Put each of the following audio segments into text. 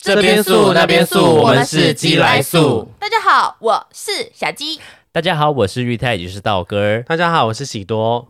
这边素那边素我们是鸡来素。大家好，我是小鸡。大家好，我是玉泰，也就是道哥儿。大家好，我是喜多。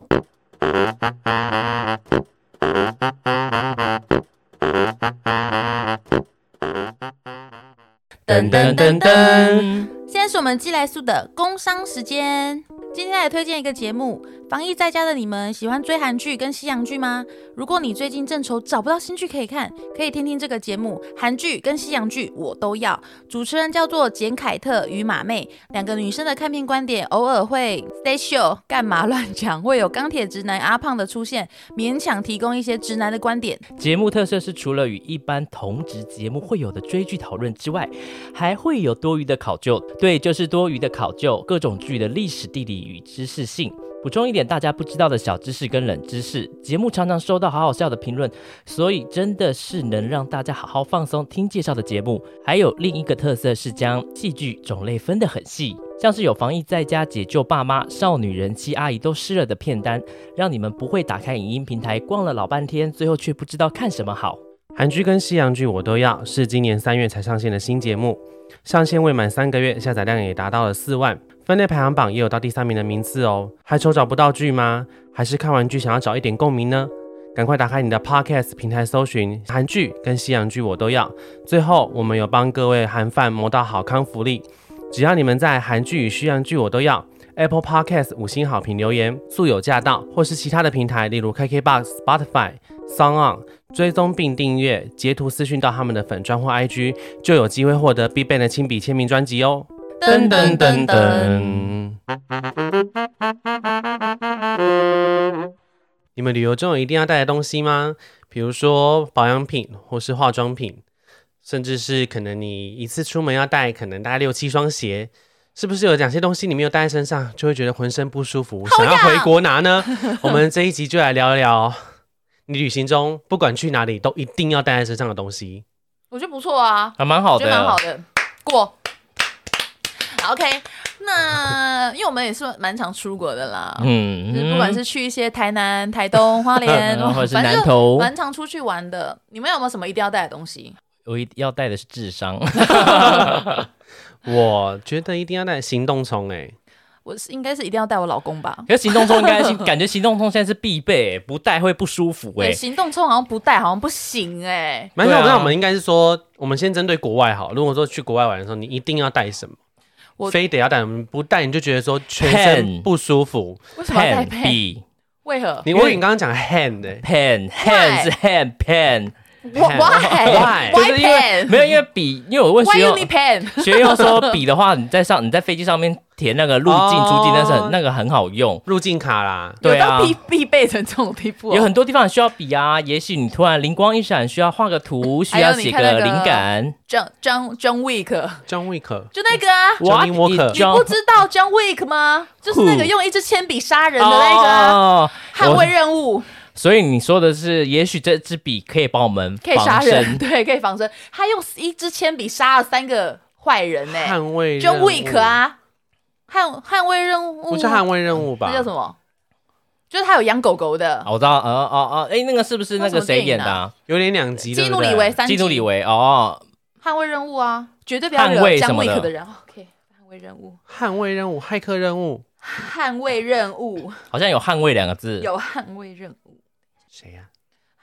噔噔噔噔，现在是我们寄来素的工商时间。今天来推荐一个节目，防疫在家的你们喜欢追韩剧跟西洋剧吗？如果你最近正愁找不到新剧可以看，可以听听这个节目，韩剧跟西洋剧我都要。主持人叫做简凯特与马妹，两个女生的看片观点偶尔会 stay show 干嘛乱讲，会有钢铁直男阿胖的出现，勉强提供一些直男的观点。节目特色是除了与一般同职节目会有的追剧讨论之外，还会有多余的考究。对，就是多余的考究各种剧的历史、地理与知识性，补充一点大家不知道的小知识跟冷知识。节目常常收到好好笑的评论，所以真的是能让大家好好放松听介绍的节目。还有另一个特色是将戏剧种类分得很细，像是有防疫在家解救爸妈、少女人妻阿姨都湿了的片单，让你们不会打开影音平台逛了老半天，最后却不知道看什么好。韩剧跟西洋剧我都要，是今年三月才上线的新节目，上线未满三个月，下载量也达到了四万，分类排行榜也有到第三名的名次哦。还愁找不到剧吗？还是看完剧想要找一点共鸣呢？赶快打开你的 Podcast 平台搜寻韩剧跟西洋剧我都要。最后，我们有帮各位韩饭谋到好康福利，只要你们在韩剧与西洋剧我都要 Apple Podcast 五星好评留言，素有驾到，或是其他的平台，例如 KKBox、Spotify、s o n g On。追踪并订阅，截图私讯到他们的粉专或 IG，就有机会获得 BigBang 的亲笔签名专辑哦。噔噔噔噔，嗯你们旅游中有一定要带的东西吗？比如说保养品，或是化妆品，甚至是可能你一次出门要带，可能带六七双鞋。是不是有哪些东西你没有带在身上，就会觉得浑身不舒服，好想要痒回国拿呢？我们这一集就来聊聊你旅行中不管去哪里都一定要带在身上的东西。我觉得不错啊，还蛮好我觉的，得蛮好的，过。好 OK，那因为我们也是蛮常出国的啦，嗯就是不管是去一些台南、台东、花 莲，或者是反正南就投，蛮常出去玩的。你们有没有什么一定要带的东西？我一定要带的是智商。 我觉得一定要带行动充哎、我是应该是一定要带我老公吧。可是行动充应该是感觉行动充现在是必备，不带会不舒服对，哎。行动充好像不带好像不行哎、没有，对啊那我们应该是说，我们先针对国外好。如果说去国外玩的时候，你一定要带什么？我非得要带什么，不带你就觉得说全身 Pen 不舒服。为什么要带 Pen 配？ B 为何你因为我以为你刚刚讲 hand 哎、 pen hand 是 hand pen， Pen ？Why？Why Why？就是因为 pen？Why 没有哦因为笔，因为我问学 you 友 need pen？ 学友说笔的话，你在上你在飞机上面填那个入境哦出境，那是很那个很好用。入境卡啦。对有啊到必必备成这种地步、哦，有很多地方需要笔啊，也许你突然灵光一闪，需要画个图，需要哎还有你写看那个个灵感。 John John John Wick， John Wick，就那个啊， Johnny What Walker is 你 John- 不知道 John Wick 吗？就是那个 Who？用一支铅笔杀人的那个啊、哦捍卫任务所以你说的是，也许这支笔可以帮我们可以杀防人，身。 对，可以防身。他用一支铅笔杀了三个坏人呢、捍卫 John 任务 Wick，啊，捍捍卫任务，不是捍卫任务嗯吧？那叫什？么？就是他有养狗狗的啊，我知道，哦哦哦，哎，那个是不是那个谁演的啊？有点两极，基对努不里对维三集基努里维哦，捍卫任务啊，绝对不要惹捍卫 John 什么的 Wick 的人。OK，捍卫任务，捍卫任务、骇客任务，捍卫任务，好像有捍卫两个字。有捍卫任务。谁呀、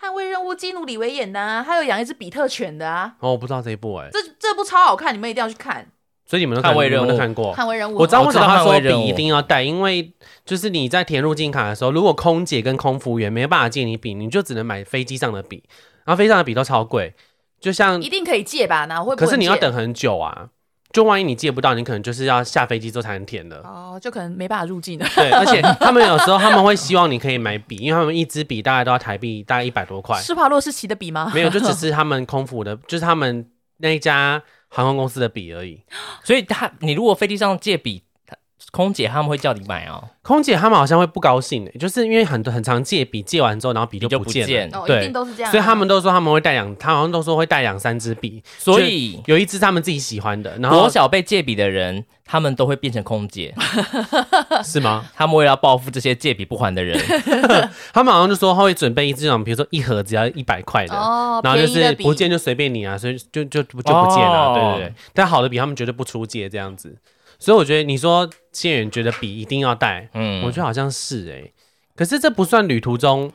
捍卫任务，基努里维演的啊，他有养一只比特犬的啊，哦，我不知道这一部哎、这这部超好看，你们一定要去看所以你们都看捍卫任务你们都看过。《捍卫任务》。我知道为什么他哦我说知道捍卫任笔务一定要带，因为就是你在填入境卡的时候，如果空姐跟空服员没办法借你笔，你就只能买飞机上的笔，然后飞机上的笔都超贵，就像一定可以借吧？哪会不能可借？是你要等很久啊，就万一你借不到，你可能就是要下飞机之后才能填的。哦，就可能没办法入境的。对，而且他们有时候他们会希望你可以买笔，因为他们一支笔大概都要台币大概一百多块，施华洛世奇的笔吗？没有，就只是他们空服的，就是他们那一家航空公司的笔而已。所以他，你如果飞机上借笔，他空姐他们会叫你买哦，空姐他们好像会不高兴的、就是因为很多很常借笔，借完之后然后笔就就不见了，见。哦，对一定都是这样啊，所以他们都说他们会带两，他好像都说会带两三支笔，所以有一支他们自己喜欢的，然国后小被借笔的人，他们都会变成空姐，是吗？他们为了要报复这些借笔不还的人，他们好像就说他会准备一支那种，比如说一盒只要一百块的。哦，然后就便宜的是笔不见就随便你啊，所以就就就就不见了、哦对对对。但好的笔他们绝对不出借这样子，所以我觉得你说谢远觉得笔一定要带， 嗯，我觉得好像是哎、可是这不算旅途中，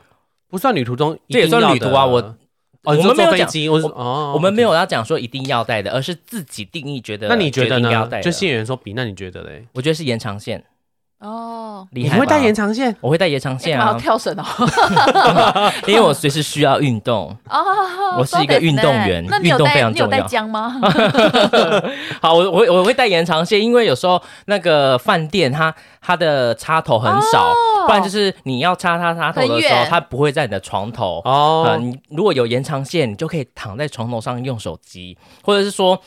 不算旅途中一这也定要的，算旅途啊我哦，我你说们没有坐飞讲机，我是我哦，我们没有要讲说一定要带的，而是自己定义觉得。那你觉得定要呢带？的就谢远说笔，那你觉得嘞？我觉得是延长线，哦，厉你害吧会带延？长线？我会带延长哎线干嘛要啊，跳绳哦， 因为我随时需要运动。哦，我是一个运动员那你有运动非带常你有重带要姜吗？ 好，我我会我会带延长线，因为有时候那个饭店它它的插头很少， 不然就是你要插它插头的很时候，远它不会在你的床头。呃，哦，你如果有延长线，你就可以躺在床头上用手机，或者是说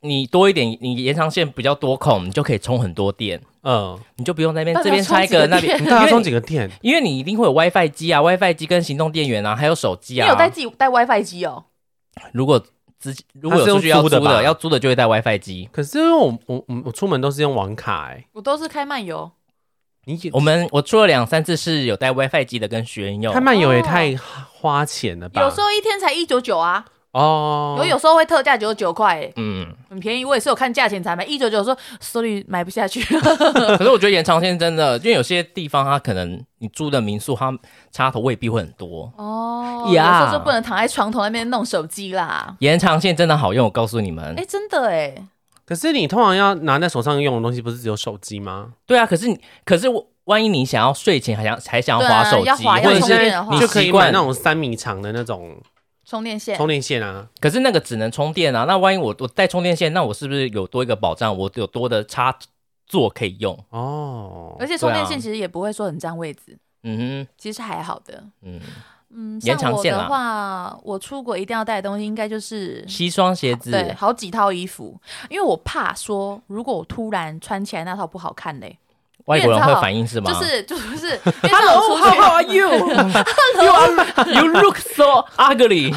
你多一点，你延长线比较多孔，你就可以充很多电，嗯，你就不用在那到边底这边要充插一几个，个那边电你到底要 因为充你几个电？因为你一定会有 WiFi 机啊，WiFi 机跟行动电源啊，还有手 你机啊。有带自己带 WiFi 机哦？如果自己如果有它是出用去要租租的的，吧要租的就会带 WiFi 机。可是因为我我我我出门都是用网卡哎、我都是开漫游，你也我们我出了两三次是有带 WiFi 机的，跟学员用看。漫游也哦太花钱了吧？有时候一天才一九九啊，哦，有有时候会特价九十九块欸，嗯，很便宜。我也是有看价钱才买一九九，说 sorry 买不下去。可是我觉得延长线真的，因为有些地方它可能你住的民宿，它插头未必会很多。哦， 有时呀候就不能躺在床头那边弄手机啦。延长线真的好用，我告诉你们。哎、真的哎，可是你通常要拿在手上用的东西，不是只有手机吗？对啊，可是你可是我万一你想要睡前还想还想对要啊滑手机，要滑或或者者充现是电在的话你就可以习买惯那种三米长的那种充电线充电线啊。可是那个只能充电啊。那万一我我带充电线，那我是不是有多一个保障？我有多的插座可以用？哦，而且充电对线啊其实也不会说很占位置，嗯其实还好的。哼，嗯，嗯，延像长我线的啦话，我出国一定要带的东西应该就是西装鞋子，对好几套衣服，因为我怕说如果我突然穿起来那套不好看嘞，外国人会反应是吗？就是 就是，因为像我出去 are you? you are you look so ugly.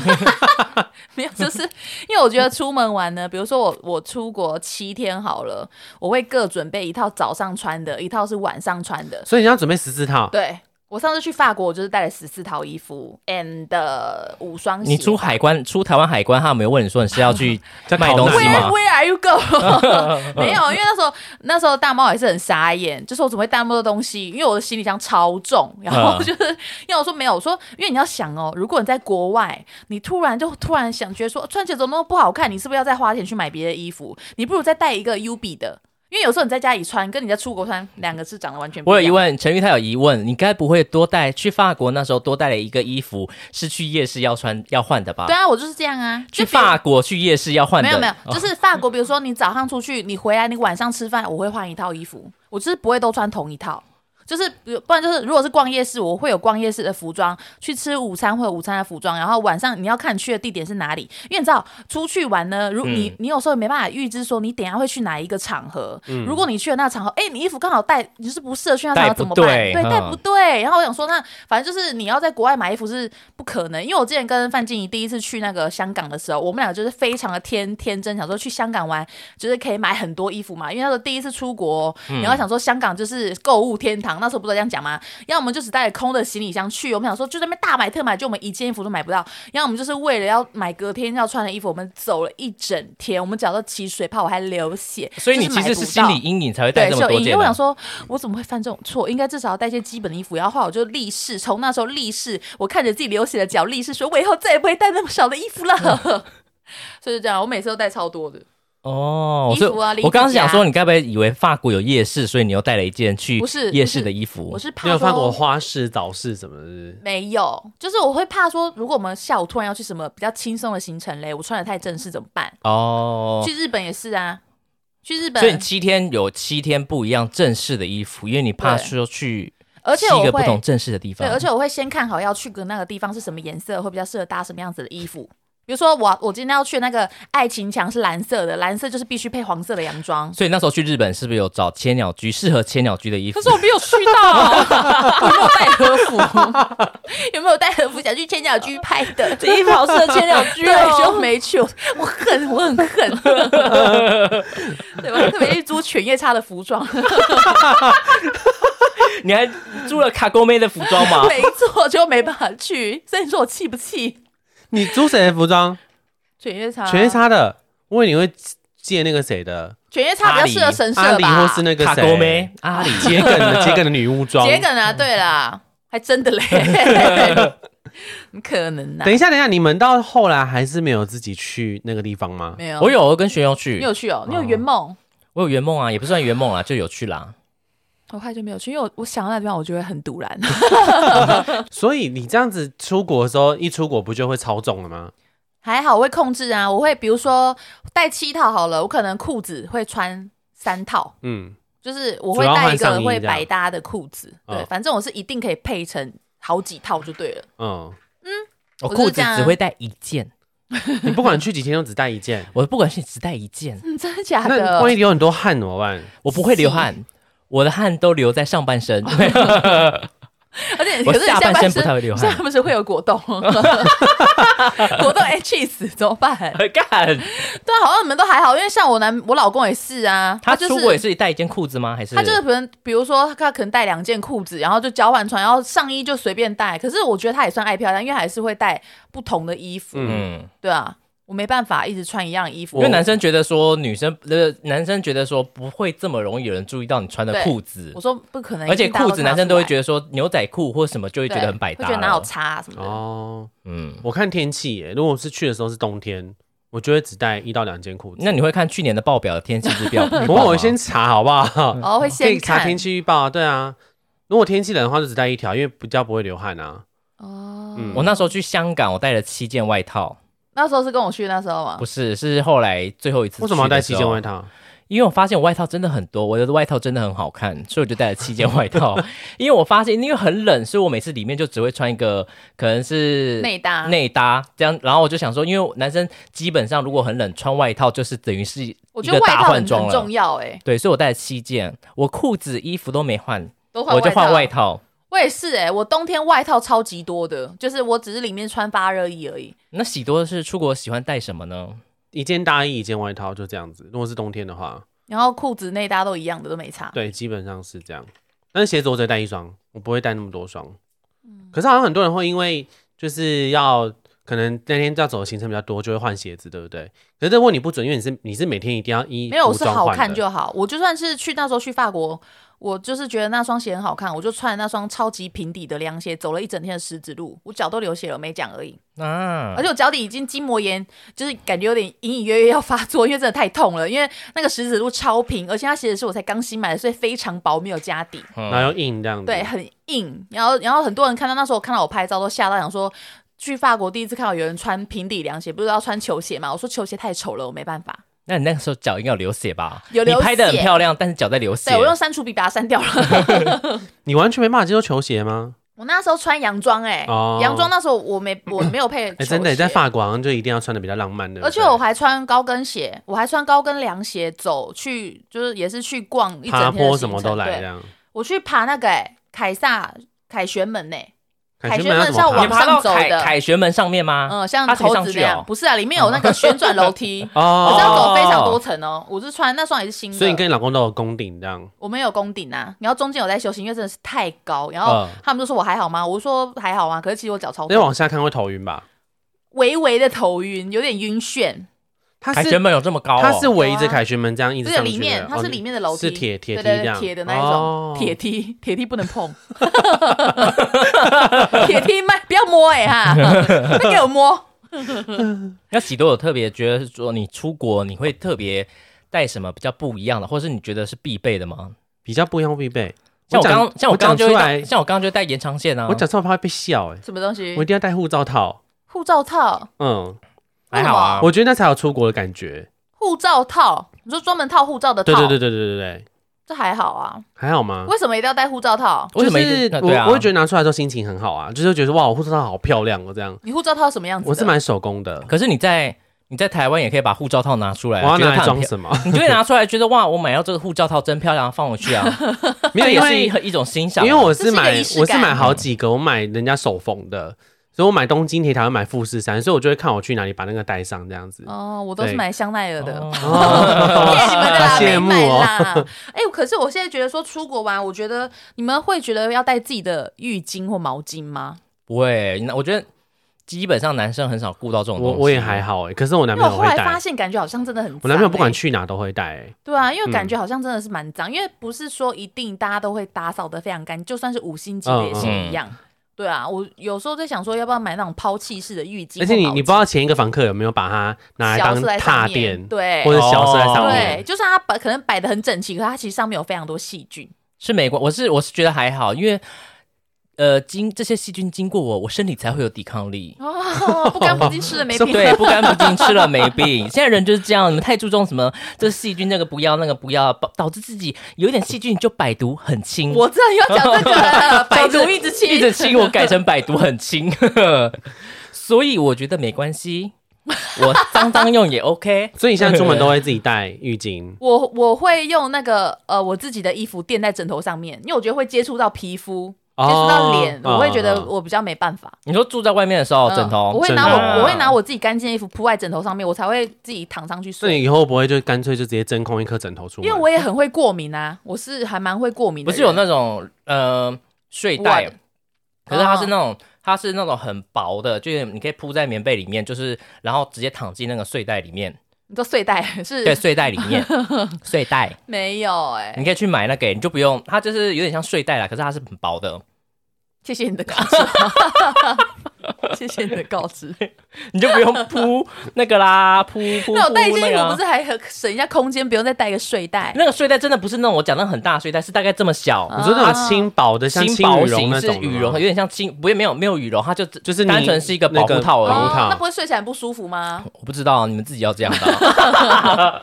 没有，就是因为我觉得出门玩呢，比如说我我出国七天好了，我会各准备一套早上穿的，一套是晚上穿的。所以你要准备十四套。对我上次去法国，我就是带了十四套衣服，and 呃五双鞋。你出海关，出台湾海关，他有没有问你说你是 要去在卖逃东难西 Where 吗？ Where are you go？没 有，因为那时候那时候大猫也是很傻眼，就是我怎么会带那么多东西？因为我的行李箱超重，然后嗯就是要我说没有，我说因为你要想哦，如果你在国外，你突然就突然想觉得说穿起来怎么那么不好看，你是不是要再花钱去买别的衣服？你不如再带一个 U B 的。因为有时候你在家里穿，跟你在出国穿，两个是长得完全不一我样。有疑问，陈玉他有疑问，你该不会多带去法国那时候多带了一个衣服，是去夜市要穿要换的吧？对啊，我就是这样啊。就去比如法国去夜市要换的，没有没有，哦就是法国，比如说你早上出去，你回来，你晚上吃饭，我会换一套衣服，我就是不会都穿同一套。就是比如不然就是，如果是逛夜市，我会有逛夜市的服装；去吃午餐会有午餐的服装。然后晚上你要看你去的地点是哪里，因为你知道出去玩呢，嗯如你、你有时候也没办法预知说你等一下会去哪一个场合。如果你去了那个场合，哎、你衣服刚好带，你就是不适合去那场合带不怎么办？对对，嗯带不对。然后我想说那，反正就是你要在国外买衣服是不可能，因为我之前跟范静怡第一次去那个香港的时候，我们俩就是非常的天天真，想说去香港玩就是可以买很多衣服嘛，因为那时候第一次出国，嗯然后想说香港就是购物天堂，那时候不是这样讲吗？要我们就只带空的行李箱去，我们想说就在那边大买特买，就我们一件衣服都买不到。然后我们就是为了要买隔天要穿的衣服，我们走了一整天，我们脚都起水泡，我还流血，所以你就其买实不是心到理阴影才会带对，这是么有多因为件啊我的想。说，我怎么会犯这种错？应该至少要带一些基本的衣服。然后后来我就立誓，从那时候立誓，我看着自己流血的脚立誓，说我以后再也不会带那么少的衣服了。嗯所以就这样，我每次都带超多的。哦，衣所以服啊零我刚刚食夹想说，你该不会以为法国有夜市，所以你又带了一件去不是夜不市是的衣服？我是你怕有说看过花式、早市什么的？没有，就是我会怕说，如果我们下午突然要去什么比较轻松的行程嘞，我穿的太正式怎么办？哦，去日本也是啊，去日所以你本，七天有七天不一样正式的衣服，因为你怕对说去而且七我个不同会。正式的地对，方。而且我会先看好要去的那个地方是什么颜色，会比较适合搭什么样子的衣服。比如说我我今天要去那个爱情墙是蓝色的，蓝色就是必须配黄色的洋装。所以那时候去日本是不是有找千鸟居适合千鸟居的衣服可？是我没有去到， 有没有带和服？有没有带和服想去千鸟居拍的？这衣服好适合千鸟居对，就哦。没去。我我恨，我很恨。对，我还特别去租犬夜叉的服装， 你还租了卡勾妹的服装吗？没错，就没办法去。所以你说我气不气？你租谁的 服装？犬夜叉，全是，他的，我以为你会借那个谁的，犬夜叉比较适合神阿社里吧？或是那个卡勾谁妹，啊阿里桔梗的 桔梗的女巫装。桔梗啊，对啦，还真 的嘞，可能呐、啊等一下，等一下，你们到后来还是没有自己去那个地方吗？没有，我，有我跟学友去你，有去哦，你有圆梦，我有圆梦啊，也不算圆梦啦，就有去啦。我后来就没有去，因为我我想到那地方，我就会很堵然。所以你这样子出国的时候，一出国不就会超重了吗？ 还好我会控制啊，我会比如说带七套好了，我可能裤子会穿三套，嗯，就是我主会要带换一上个衣会这样百搭的裤子，对，哦反正我是一定可以配成好几套就对了。嗯，我我裤是这子样啊只会带一件，，你不管去几天都只带 一件我不管是只带一件，嗯， 真的假那的？万一流很多汗怎么办？我不会流汗，我的汗都留在上 半身，而且可我是你下半半身身不太会流下汗。半身会有果 冻，果冻哎气死怎么办？干，对啊，好像你们都还好，因为像我男我老公也是啊，他就出国也是。是带一件裤子吗？还是他就是可能，比如说他可能带两件裤子，然后就交换穿，然后上衣就随便带。可是我觉得他也算爱漂亮，因为还是会带不同的衣服，嗯嗯，对啊，我没办法一直穿一样衣服。因为男生觉得说女生呃男生觉得说不会这么容易有人注意到你穿的对裤子我，说不可能，而且裤子男生都会觉得得说牛仔裤或什么就会会觉得很百搭会觉得哪有了，差啊什么的。哦，嗯。我看天气耶，如果是去的时候是冬天，我就会只带一到两件裤子。那你会看去年的报表的天气 之表？预报吗嗯我我先查好不好？哦，会 可以先查看天气预报啊，对啊。如果天气冷的话，就只带一条，因为比较不会流汗啊。哦。嗯我那时候去香港，我带了七件外套，那时候是跟我去那时候吗不？是，是后来最后一次。为什么要带七件外？套？因为我发现我外套真的很多，我的外套真的很好看，所以我就带了七件外 套。因为我发现，因为很冷，所以我每次里面就只会穿一个，可能是内搭内搭这样。然后我就想说，因为男生基本上如果很冷，穿外套就是等于是一我觉得个外大套换很装很了重。要哎，对，所以我带了七件，我裤子、衣服都没换，都换我就换外套。套。我也是哎，我冬天外套超级多的，就是我只是里面穿发热衣而已。那喜多是出国喜欢带什么呢？一件大衣，一件外套，就这样子。如果是冬天的话，然后裤子内搭都一样的，都没差。对，基本上是这样。但是鞋子我只会带一双，我不会带那么多双。嗯可是好像很多人会因为就是要可能那天要走的行程比较多，就会换鞋子，对不对？可是这问你不准，因为你是你是每天一定要一没有，我服是装好换看的就好。我就算是去那时候去法国，我就是觉得那双鞋很好看，我就穿那双超级平底的凉鞋，走了一整天的石子路，我脚都流血了，没讲而已。啊而且我脚底已经筋膜炎，就是感觉有点隐隐约约要发作，因为真的太痛了。因为那个石子路超平，而且它鞋子是我才刚新买的，所以非常薄，没有加底，嗯然后又硬这样子。对，很硬。然后，然后很多人看到那时候我看到我拍照都吓到，想说去法国第一次看到有人穿平底凉鞋，不是要穿球鞋嘛？我说球鞋太丑了，我没办法。那你那个时候脚应该有流血吧？有流血你拍的很漂亮，但是脚在流血对。我用删除笔把它删掉了。 你完全没办法接受球鞋吗？我那时候穿洋装、欸，哎、哦洋装那时候我没我没有配球鞋、 哎、真的，在法国好像就一定要穿的比较浪漫的。而且我还穿高跟鞋，我还穿高跟凉鞋走去，就是也是去逛一整爬天的行坡什么程都来这对，样。我去爬那个、欸、凯撒凯旋门呢、欸凯旋门要怎像么你往爬？。爬到上走凯的凯旋门上面吗？嗯，像它可以头上子去那样，哦。不是啊，里面有那个旋转楼梯 我哦是要走非常多层哦，我是穿那双也是新的，所以你跟你老公都有攻顶这样。我们有攻顶啊，然后中间有在休息，因为真的是太高，然后嗯他们就说我还好吗？我说还好啊，可是其实我脚超那痛，往下看会头晕吧？微微的头晕，有点晕眩，它凯是旋门有这么高哦？它是围着凯旋门这样一直这上个去的。里面，它哦啊是里面的楼梯，是铁铁对梯对这对样，哦铁的那一种，铁梯，铁梯不能碰， 铁梯卖不要摸哎、 哈，那给我摸。那喜多有特别觉得是说，你出国你会特别带什么比较不一样的，或是你觉得是必备的吗？比较不一样必备。像我讲刚像我刚刚讲就出会来带，，像我刚刚就带延长线啊。我讲出来怕被笑哎，什么东西我一？定要带护照套。护照套，嗯，还好啊，我觉得那才有出国的感觉。护照套，你说专门套护照的套？对对对对对对对，这还好啊。还好吗？为什么一定要戴护照套？为什么一就直是那我、对啊我会觉得拿出来之后心情很好啊，就是觉得哇，我护照套好漂亮哦，这样。你护照套什么样子的？我是买手工的，可是你在你在台湾也可以把护照套拿出来啊我啊，要觉得拿它很来装漂什么？你就会拿出来觉得哇，我买到这个护照套真漂亮，放回去啊， 没有，这因也为是一个一种欣赏啊。因为我这是是一个买仪式我是感买好几个，我买人家手缝的，所以我买东京铁塔，又买富士山，所以我就会看我去哪里把那个带上这样子。哦，我都是对买香奈儿的。 哦骗你们的啦， 好没羡慕买哦啦。哎、可是我现在觉得说出国玩，我觉得你们会觉得要带自己的浴巾或毛巾吗？不会，那我觉得基本上男生很少顾到这种东西。我啊我也还好哎、可是我男因为朋我友后会来带发，现，感觉好像真的很、欸。我男朋友不管去哪都会带、欸。对啊，因为感觉好像真的是蛮脏，因为不是说一定大家都会打扫的非常干净，就算是五星级的也是一样。对啊，我有时候在想说，要不要买那种抛弃式的浴巾或毛巾，而且你你不知道前一个房客有没有把它拿来小是当在踏上面，垫，对哦或者小是在上对，面。就算它摆可能摆的很整齐，可它其实上面有非常多细 菌。是美国，我是我是觉得还好，因为呃经这些细菌经过我，我身体才会有抵抗力。哦，不干不净吃了没品。对，不干不净吃了没病。现在人就是这样，你们太注重什么这细菌那个不要那个不要，导导致自己有一点细菌就百毒很轻。我真的要讲 这个了，百毒一直清，。一直亲，我改成百毒很轻， 所以我觉得没关系，我脏脏用也 OK。所以你现在出门都会自己带浴巾我我会用那个呃我自己的衣服垫在枕头上面，因为我觉得会接触到皮肤，接触到脸，哦我会觉嗯得嗯嗯我比较没办法。你说住在外面的时候，哦枕头嗯我会枕拿头我我会拿我我自己干净的衣服铺在枕头上面，我才会自己躺上去所以睡。你以后不会就干脆就直接真空一颗枕头出门？因为我也很会过敏啊，我是还蛮会过敏的不人。是有那种呃睡袋哇，可是它是那哦种它是那种很薄的，就是你可以铺在棉被里面，就是然后直接躺进那个睡袋里面，你知道睡袋对，是睡袋里 面睡袋，没有哎、你可以去买那个，你就不用它就是有点像睡袋啦，可是它是很薄的，谢谢你的告知，谢谢你的告 知。你就不用铺那 个啦，铺铺那我铺带一件衣个啊服不是还很省一下空间，不用再带一个睡袋？那个睡袋真的不是那种我讲的很大的睡袋，是大概这么小，啊你说那种轻薄的，像轻轻薄羽绒型那是种的吗羽绒，有点像轻，不也没有没有羽绒，它就就是你单纯是一个保护套而那已。个哦套，那不会睡起来很不舒服吗？我不知道你们自己要这样的啊，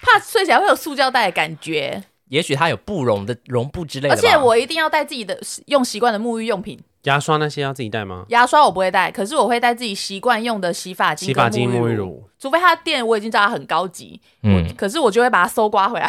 怕睡起来会有塑胶袋的感觉，也许它有布绒的绒布之类的而吧。且我一定要带自己的用习惯的沐浴用品，牙刷那些要自己带吗？牙刷我不会带，可是我会带自己习惯用的洗发精、洗发精、沐浴浴，乳，除非它的店我已经知道它很高级，嗯可是我就会把它搜刮回来，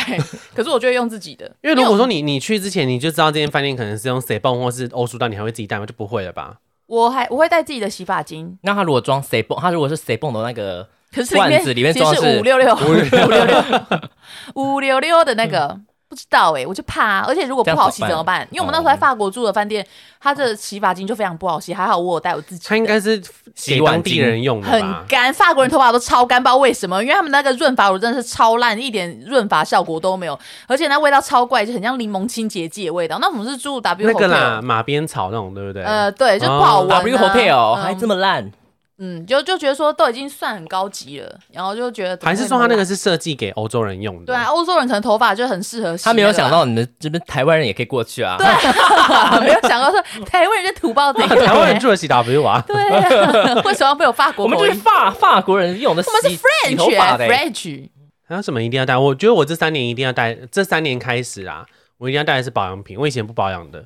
可是我就会用自己的，因为如果说你你去之前你就知道这间饭店可能是用 C 泵或是欧舒丹，你还会自己带吗？就不会了吧？我还我会带自己的洗发精，那它如果装 C 泵，它如果是 C 泵的那个，可是里面罐子里面其实装的是是五六六五六六 五六六的那个。不知道哎、我就怕、而且如果不好洗这怎么样怎么办办？因为我们那时候在法国住的饭店，它的洗发精就非常不好洗，还好我有带我自己的。它应该是给当地人用的吧很？干，法国人头发都超干，不知道为什么，因为他们那个润发乳真的是超烂，一点润发效果都没有，而且那味道超怪，就很像柠檬清洁剂的味道。那我们是住 W 那 hotel，个啦，马鞭草那种，对不对？哦呃，对，就不好闻、啊。 W Hotel 还这嗯么烂，嗯，就就觉得说都已经算很高级了，然后就觉得怎么还会是说它那么个烂是设计给欧洲人用的？对啊，，欧洲人可能头发就很适合洗他没有那个想吧。到你们这边台湾人也可以过去啊。对， 没有想到说台湾人就土包 子，台湾人住得起 W 啊？对啊，为什么会有法国 我们口就是音？法法国人用的洗我们是洗头 French，发欸的欸， French，还有什么一定要带？我觉得我这三年一定要带，这三年开始啊，我一定要带的是保养品。我以前不保养的，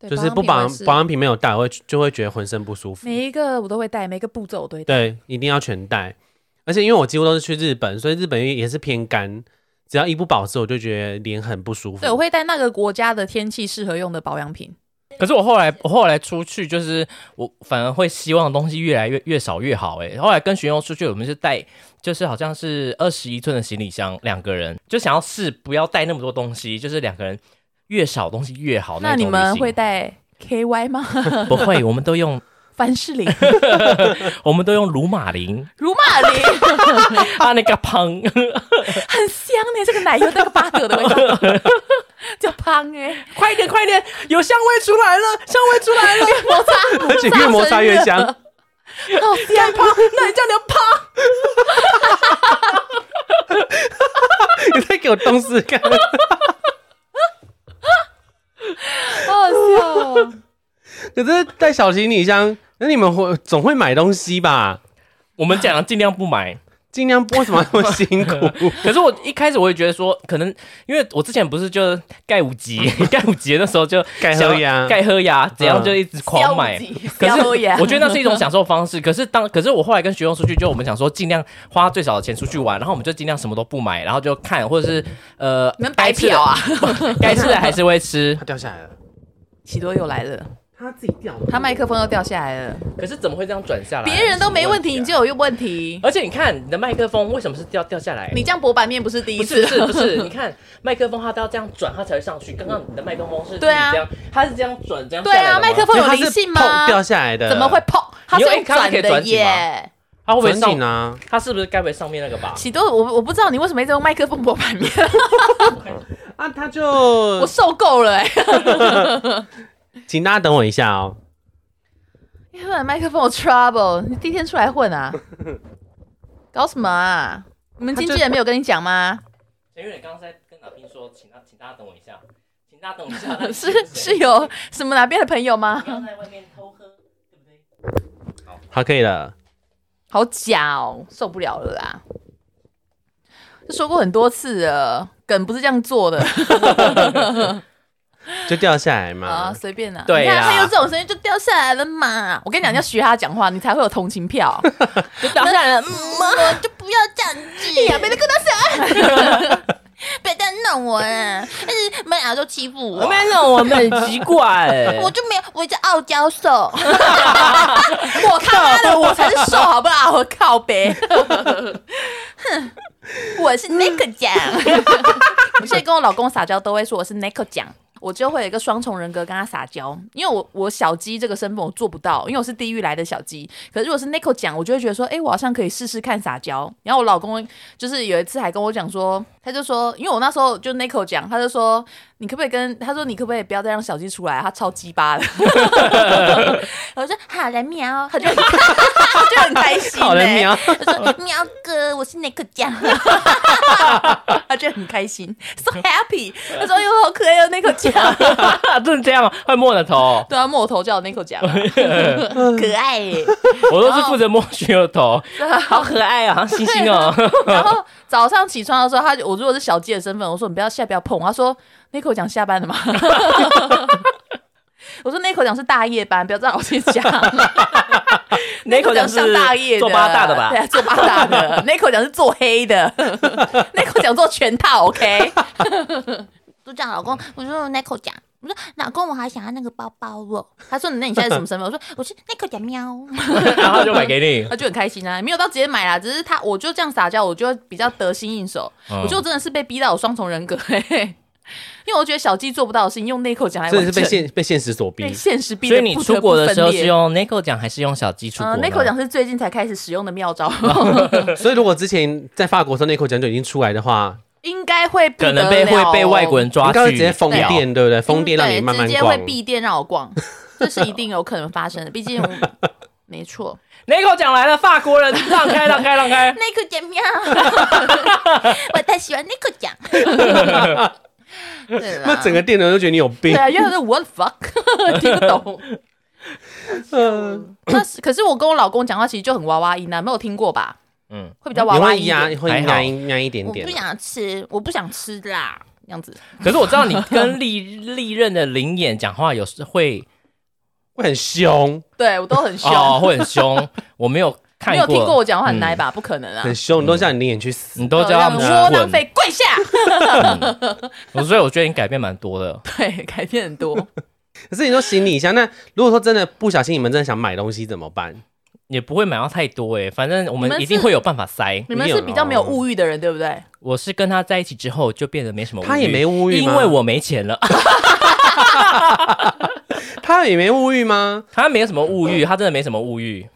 对就是不保保养品我养也是保养品没有带，我会就会觉得浑身不舒服。每一个我都会带，每一个步骤我都会带。对，一定要全带。而且因为我几乎都是去日本，所以日本也是偏干，只要一不保湿，我就觉得脸很不舒服。对，我会带那个国家的天气适合用的保养品。可是我后来，我后来出去，就是我反而会希望东西越来越越少越好、欸。后来跟学友出去，我们是带，就是好像是二十一寸的行李箱，两个人就想要试，不要带那么多东西，就是两个人越少东西越好那哦种你们旅行会带 KY 吗？ 不会？我们都用，凡士林、 我们都用鲁马 林如马林，啊，那个胖，很香呢、这个奶油那个八格的味道， 叫胖哎、 快点快点，有香味出来了，香味出 来了，摩擦，而且越摩擦越香摩擦生热好香啊！那你叫你要胖。 你在给我东西干？ 好好笑哦、可是带小行李箱，那你们会总会买东西吧？我们讲尽量不买，尽量播为什么那么辛 苦？可是我一开始我也觉得说，可能因为我之前不是就盖五 级，盖五级的时候就盖想要喝呀盖喝嗯呀，怎样就一直狂买。可是消炎我觉得那是一种享受方式。可是当可是我后来跟学生出去，就我们想说尽量花最少的钱出去玩，然后我们就尽量什么都不买，然后就看或者是呃，你们白嫖啊！该吃的 还是会吃 它。掉下来了，喜多又来了，它自己掉了。他麦克风又掉下来了，可是怎么会这样转下来？别人都没问题，你是问啊就有问题。而且你看你的麦克风为什么是掉掉下来？你这样博版面不是第一不是次 不，是不是， 你看麦克风它都要这样转，它才会上去。刚刚你的麦克风是对啊自己这样，它是这样转这样下对来的啊，吗麦克风所以有它灵是性砰哎吗？掉下来的，怎么会碰？它是你用用 A 咖转可以的转几耶。它会不会转紧上？啊？它是不是该不会上面那个吧？喜多，我我不知道你为什么一直用麦克风博版 面，啊，它我就受够了哎、欸！请大家等我一下哦。因为麦克风有 trouble，你第一天出来混 啊？搞什么啊？你们经纪人没有跟你讲吗？陈月，你刚刚在跟哪斌说，请他，请大家等我一下，请大家等我一下。那 是是有什么哪边的朋友吗？刚在外面偷喝，对不对？好，可以了。好假哦，受不了了啦！这说过很多次了，梗不是这样做的就掉下来啊，嘛。随便啦。对你看啦他有这种声音就掉下来了嘛。我跟你讲，你要学他讲话，你才会有同情 票。就掉下来了，嗯我就不要这样子，哎呀，没得跟他别再弄我了，但是门牙都欺负我，弄，我们很奇怪、欸我就没有，我是傲娇兽。讲，我看他的，我才是瘦，好不好？我靠呗。我是 Nick 奖，我现在跟我老公撒娇都会说我是 Nico 奖，我就会有一个双重人格跟他撒娇，因为我我小鸡这个身份我做不到，因为我是地狱来的小鸡。可是如果是 Nico 奖，我就会觉得说，哎、我好像可以试试看撒娇。然后我老公就是有一次还跟我讲说，他就说，因为我那时候就 Nico 奖，他就说你可不可以跟他说你可不可以不要再让小鸡出来，他超鸡巴的，我说好了喵， 他就很他就很开心、欸，好了，喵，他说喵哥，我是 Nick 奖，他就很开心，so happy，他说哟好可爱哦 Nico 奖， 真的这样吗？会摸我的头，对啊，摸我头叫 Nico 奖。嗯可爱耶。我都是负责摸雪的哦头，好可爱啊，星 星哦。然后早上起床的时候，他就我如果是小鸡的身份，我说你不要下不要碰。他说 n i c o 讲下班了吗？ 我说 n i c o 讲是大夜班，不要再老是 讲。那口 Nico 讲讲上是大夜的，做八大的吧 对？啊，做八大 的。n i c o 讲是做黑的 n i c o 讲做全套，OK？ 就这样，老公，我说 Nick 奖，我说老公，我好想要那个包包哦。他说那你现在是什么身份？我说我是 Nick 奖喵。然后就买给你。他就很开心啊，没有到直接买啦，只是他我就这样撒娇，我就比较得心应手。嗯我觉得我真的是被逼到有双重人格、嘿嘿因为我觉得小鸡做不到的事情，用 n i c o 讲来真完的成是。被现被现实所逼被。现实逼得所以不得你不分裂。出国的时候是用 Nico 奖还是用小鸡出国哦呃呢？ ，Nico 奖是最近才开始使用的妙招，所以如果之前在法国的时候内裤讲就已经出来的话， 应该会不得可能被了哦会被外国人抓你去，刚刚直接封店，对不对？封店让嗯你对慢慢直接会逛。闭店让我逛，这是一定有可能发生的，毕 竟我没错。 Nico 讲来了，法国人让开让开让 开。 Nick 奖喵，我太喜欢 Nick 奖。对啦那整个店的人都觉得你有病啊对。啊，因为是 what the fuck 听不懂。嗯，那是可是我跟我老公讲话其实就很娃娃音啊，没有听过吧？嗯，会比较娃你娃会音一点压会还好压一压一点我点不。想吃，我不想吃啦。这样子。可是我知道你跟历历任的灵眼讲话有时会会很凶，对我都很 凶，哦会很 凶，我没有看没有听过我讲话很奶吧？不可能啊！哦很凶，你都叫你脸去死。你都叫他们让去窝囊混废跪下。 我所以我觉得你改变蛮多的。对，改变很多。可是你说行李一下，那如果说真的不小心，你们真的想买东西怎么办？也不会买到太多哎、反正我你们们是一定会有办法塞。你们是比较没有物欲的人，对不对？我是跟他在一起之后就变得没什么物欲，他也没物欲吗因为我没钱了。 他也没物欲吗？他没有什么物欲，他真的没什么物欲。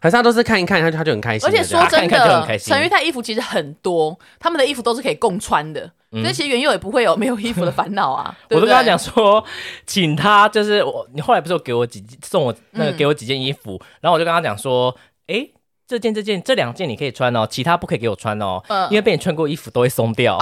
还是他都是看一看，他就他就很开心而的这且样？说真看看就很的开，心陈玉泰衣服其实很多，他们的衣服都是可以共穿的，所以其实原佑也不会有没有衣服的烦恼啊。我都跟他讲对说，请他就是我，你后来不是有给我几送我那个给我几件衣嗯服，然后我就跟他讲说，诶，这件、这件、这两件你可以穿哦，其他不可以给我穿哦，嗯因为被你穿过衣服都会松掉。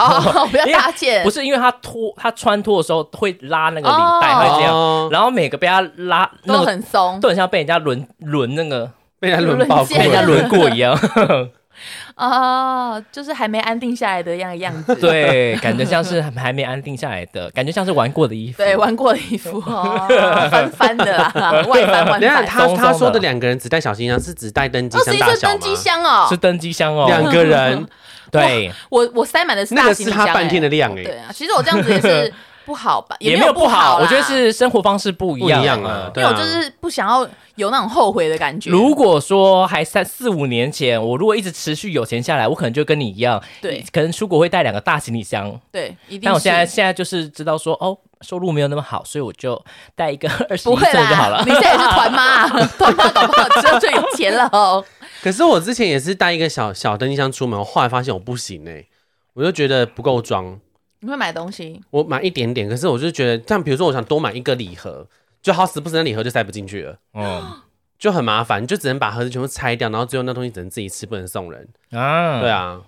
不对哦， 不要因为搭建，不是因为他脱，他穿脱的时候会拉那个领带，哦哎会这哦样，然后每个被他拉，那都个很松都。很像被人家轮轮那个 被人家轮爆轮过奸了，被人家轮过一样。 哦，就是还没安定下来的样样子。 对，感觉像是还没安定下来的感觉，像是玩过的衣服。对，玩过的衣服哦，翻翻的 啦，外翻外等一下翻。他松松他的说的两个人只带小行哦箱是只带登机二十箱哦一大寸小登吗？机箱哦是，登机箱哦，两个人，对，我我塞满的是那大个行是李箱、他欸。半天的量哎、对啊，其实我这样子也是不好吧，也没没有不不好好，啦，我觉得是生活方式不一不一样样啊啊。对因为我就是不想要有那种后悔的感觉。如果说还三四五年前，我如果一直持续有钱下来，我可能就跟你一样，对可能出国会带两个大行李箱。对，一定是。但我现在现在就是知道说，哦，收入没有那么好，所以我就 带一个二十不一会寸就好啦了， 你。现在也是团妈，啊 团妈搞不好之后就有钱了哦。可是我之前也是带一个小小登机箱出门，我后来发现我不行哎、我就觉得不够装，你会买东西，我买一点点，可是我就觉得，像比如说我想多买一个礼盒，就好死不死那礼盒就塞不进去了。嗯就很麻烦，就只能把盒子全部拆掉，然后最后那东西只能自己吃，不能送人。啊对。啊，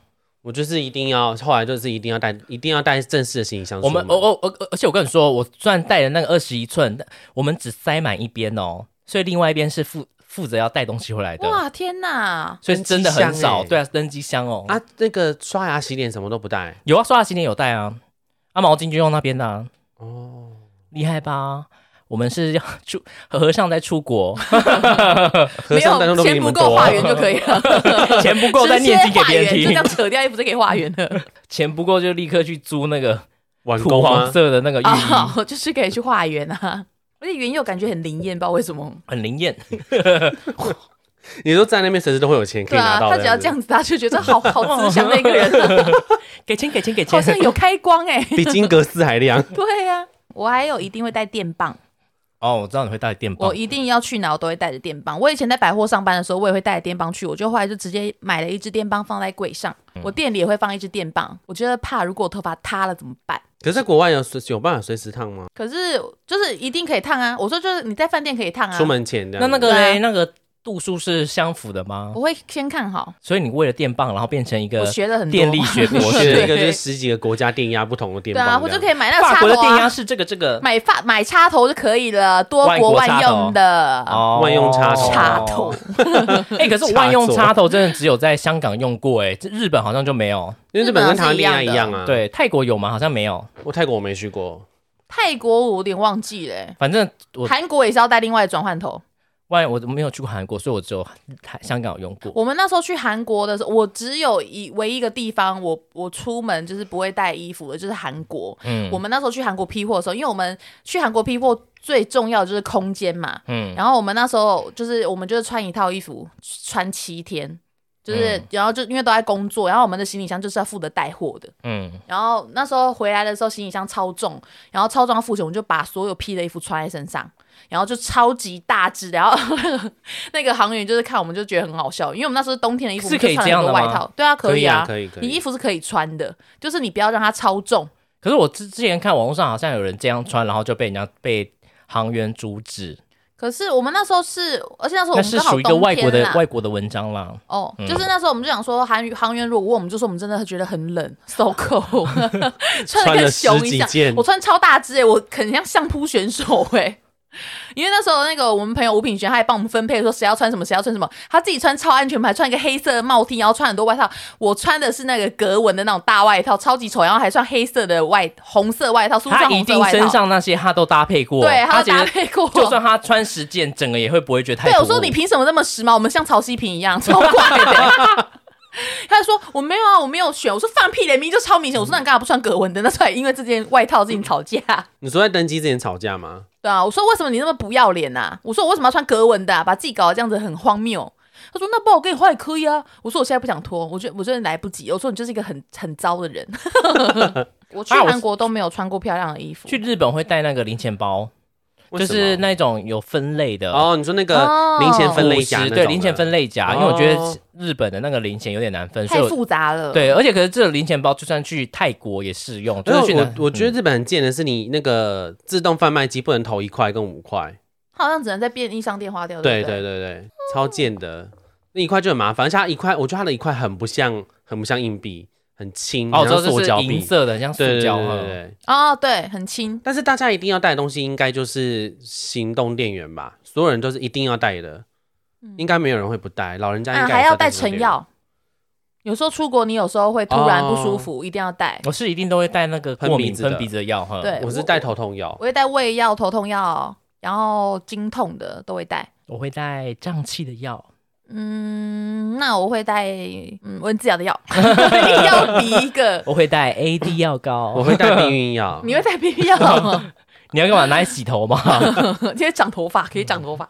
我就是一定要，后来就是一定要带，一定要带正式的行李箱出我门。们我我我，而且我跟你说，我虽然带了那个二十一寸，但我们只塞满一边哦，所以另外一边是负负责要带东西回来的，哇，天哪！所以真的很登机箱少。欸对啊，登机箱哦，啊，那个刷牙、洗脸什么都不带有啊，刷牙洗脸有带啊，啊毛巾就用那边的、啊，哦。厉害吧？我们是要出和尚在出国， 和尚当中都比钱你不们够多化。缘就可以了，钱不够再念经给别人直接化缘就这样听，扯掉，又不是给化缘的，钱不够就立刻去租那个晚土工黄吗？色的那个浴衣，哦，就是可以去化缘啊。而且缘佑感觉很灵验，不知道为什么。很灵验。你说在那边随时都会有钱可对以拿啊，到他的。只要这样子，他就觉得好好慈祥的一个人，给钱给钱给钱好！像有开光哎、 比金格斯还亮。对呀、我还有一定会带电棒，哦，我知道你会带电棒我，一定要去哪我都会带着电棒。我以前在百货上班的时候，我也会带着电棒去，我就后来就直接买了一支电棒放在柜上，我店里也会放一支电棒。我觉得怕如果我头发塌了怎么办？ 可是在国外有随有办法随时烫吗？可是就是一定可以烫啊！我说就是你在饭店可以烫啊，出门前这那样。那 个个对嘞，啊那个度数是相符的吗？我会先看好。所以你为了电棒，然后变成一我个学了很多电力学博我士学了一对个就是十几个国家电压不同的电对棒。啊，我就可以买 那个法插国的头电压啊，是这个这个买发买插头就可以了，多外国国万插头用的哦万用插头插头。哎、可是万用插头真的只有在香港用过、哎，这日本好像就没有。因为日本跟台湾电压一样啊。，对，泰国有吗？好像没有。我泰国我没去过。泰国我有点忘记了欸、反正我韩国也是要带另外的转换头。万我没有去过韩国，所以我只有台香港有用过。我们那时候去韩国的时候，我只有一唯一一个地方我，我出门就是不会带衣服的，就是韩国。嗯我们那时候去韩国批货的时候，因为我们去韩国批货最重要的就是空间嘛，嗯，然后我们那时候就是我们就是穿一套衣服穿七天，就是、嗯然后就因为都在工作，然后我们的行李箱就是要负责带货的，嗯，然后那时候回来的时候行李箱超重，然后超重要付钱，我们就把所有批的衣服穿在身上，然后就超级大只，然后 那个航员就是看我们就觉得很好笑，因为我们那时候冬天的衣服是可我以们就这样穿了的很吗多外套，对啊，以啊，可以可以可以你衣服是可以穿的，就是你不要让它超重。可是我之之前看网络上好像有人这样穿，然后就被人家被航员阻止，可是我们那时候是，而且那时候我那们是刚好属于一个冬外国天啊的啦。外国的文章啦。哦，嗯就是那时候我们就想说，韩语航员如果问我们，就说我们真的觉得很冷， 手口 穿的穿了跟十熊一几样，件我，穿超大只哎、我很像相扑选手哎、 因为那时候那个我们朋友吴品璇，他还帮我们分配说谁要穿什么，谁要穿什么。他自己穿超安全牌，穿一个黑色的帽 T，然后穿很多外套。我穿的是那个格纹的那种大外套，超级丑，然后还穿黑色的外红色外套，苏他上一红色定外身套。上那些他都搭配过，对，他他有觉搭得配过。就算他穿十件，整个也会不会觉得太对，突兀。我说你凭什么那么时髦？我们像曹希平一样， 超怪的。他就说我没有啊，我没有选。我说放屁嘞，明明就超明显。我说那你干嘛不穿格纹的？那出来因为这件外套事情吵架。你说在登机之前吵架吗？对啊，我说为什么你那么不要脸呐、我说我为什么要穿格纹的、啊，把自己搞得这样子很荒谬。他说：“那不然我给你换也可以啊。”我说：“我现在不想脱，我觉得我真的来不及。”我说：“你就是一个很很糟的人。” 我去啊我韩国都没有穿过漂亮的衣服，去日本会带那个零钱包，为就什是么那种有分类的哦，你说那个哦零钱分类五夹那十种对的零钱分类夹，哦因为我觉得日本的那个零钱有点难分，所以太我复杂了。对，而且可是这个零钱包就算去泰国也适用，就然是后去我南我觉嗯得日本很贱的是，你那个自动贩卖机不能投一块跟五块，他好像只能在便利商店花掉。对不对对对，超贱的，那一块就很麻烦，而且它一块，我觉得它的一块很不像，很不像硬币，很轻，哦，我很知像道塑这胶是币银，色的，很像塑对对对胶。对对嗯对哦，对，很轻。但是大家一定要带的东西，应该就是行动电源吧，所有人都是一定要带的，应该没有人会不带，老人家啊，应该嗯还也是要带行动成电源。药。有时候出国，你有时候会突然不舒哦服，一定要带。我是一定都会带那个喷过鼻敏子的喷鼻子的药嗯哈。对我是带头痛药我，会带胃药、头痛药，然后经痛的都会带。我会带胀气的药，嗯，那我会带嗯蚊子咬的药， 一定要比一 个。我会带 AD 药膏。我会带避孕药。 你会带避孕药吗？ 你要干嘛？拿来洗头吗？因为长头发可以长头发。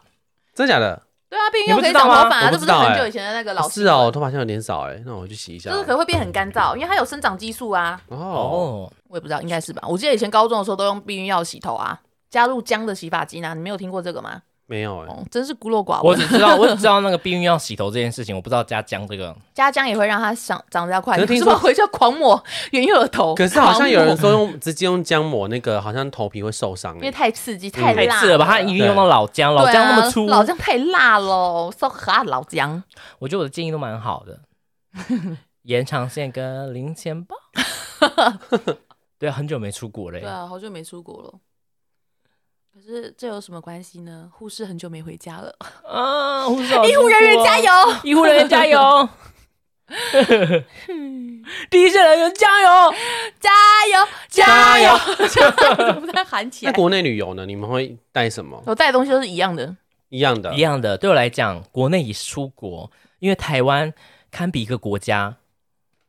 真假的？对啊，避孕药你不可以知道长头吗发啊，我这不不知是道很欸久以前的那个老是哦，我头发好像有点少哎，那我去洗一下就。是可能会变很干燥，因为它有生长激素啊。 哦，哦，我也不知道，应该是吧。我记得以前高中的时候都用避孕药洗头啊，加入姜的洗发精啊。你没有听过这个吗？没有哎，哦，真是孤陋寡我闻。只知道我只知道那个避孕药洗头这件事情，我不知道加姜这个。加姜也会让它长长得比较快。可是听你说是不是回去要狂抹 原有的头，可是好像有人狂 说用直接用姜抹那个，好像头皮会受伤抹因为哎。太刺激、太太嗯太辣刺了吧？它一定用到老姜，对老姜那么啊粗。老姜太辣了，so hot 老姜。我觉得我的建议都蛮好的，延长线跟零 钱包。对啊，很久没出国了耶。对啊，好久没出国了。可是这有什么关系呢？护士很久没回家了，啊，护士好哎医护人员辛苦哦加！油！医护人员 加油！嗯第一线人员加油！加油！加油！怎么不太喊起那来？国内旅游呢？你们会带什么？我带的东西都是一样的，一样的一，样的，对我来讲，国内也是出国，因为台湾堪比一个国家。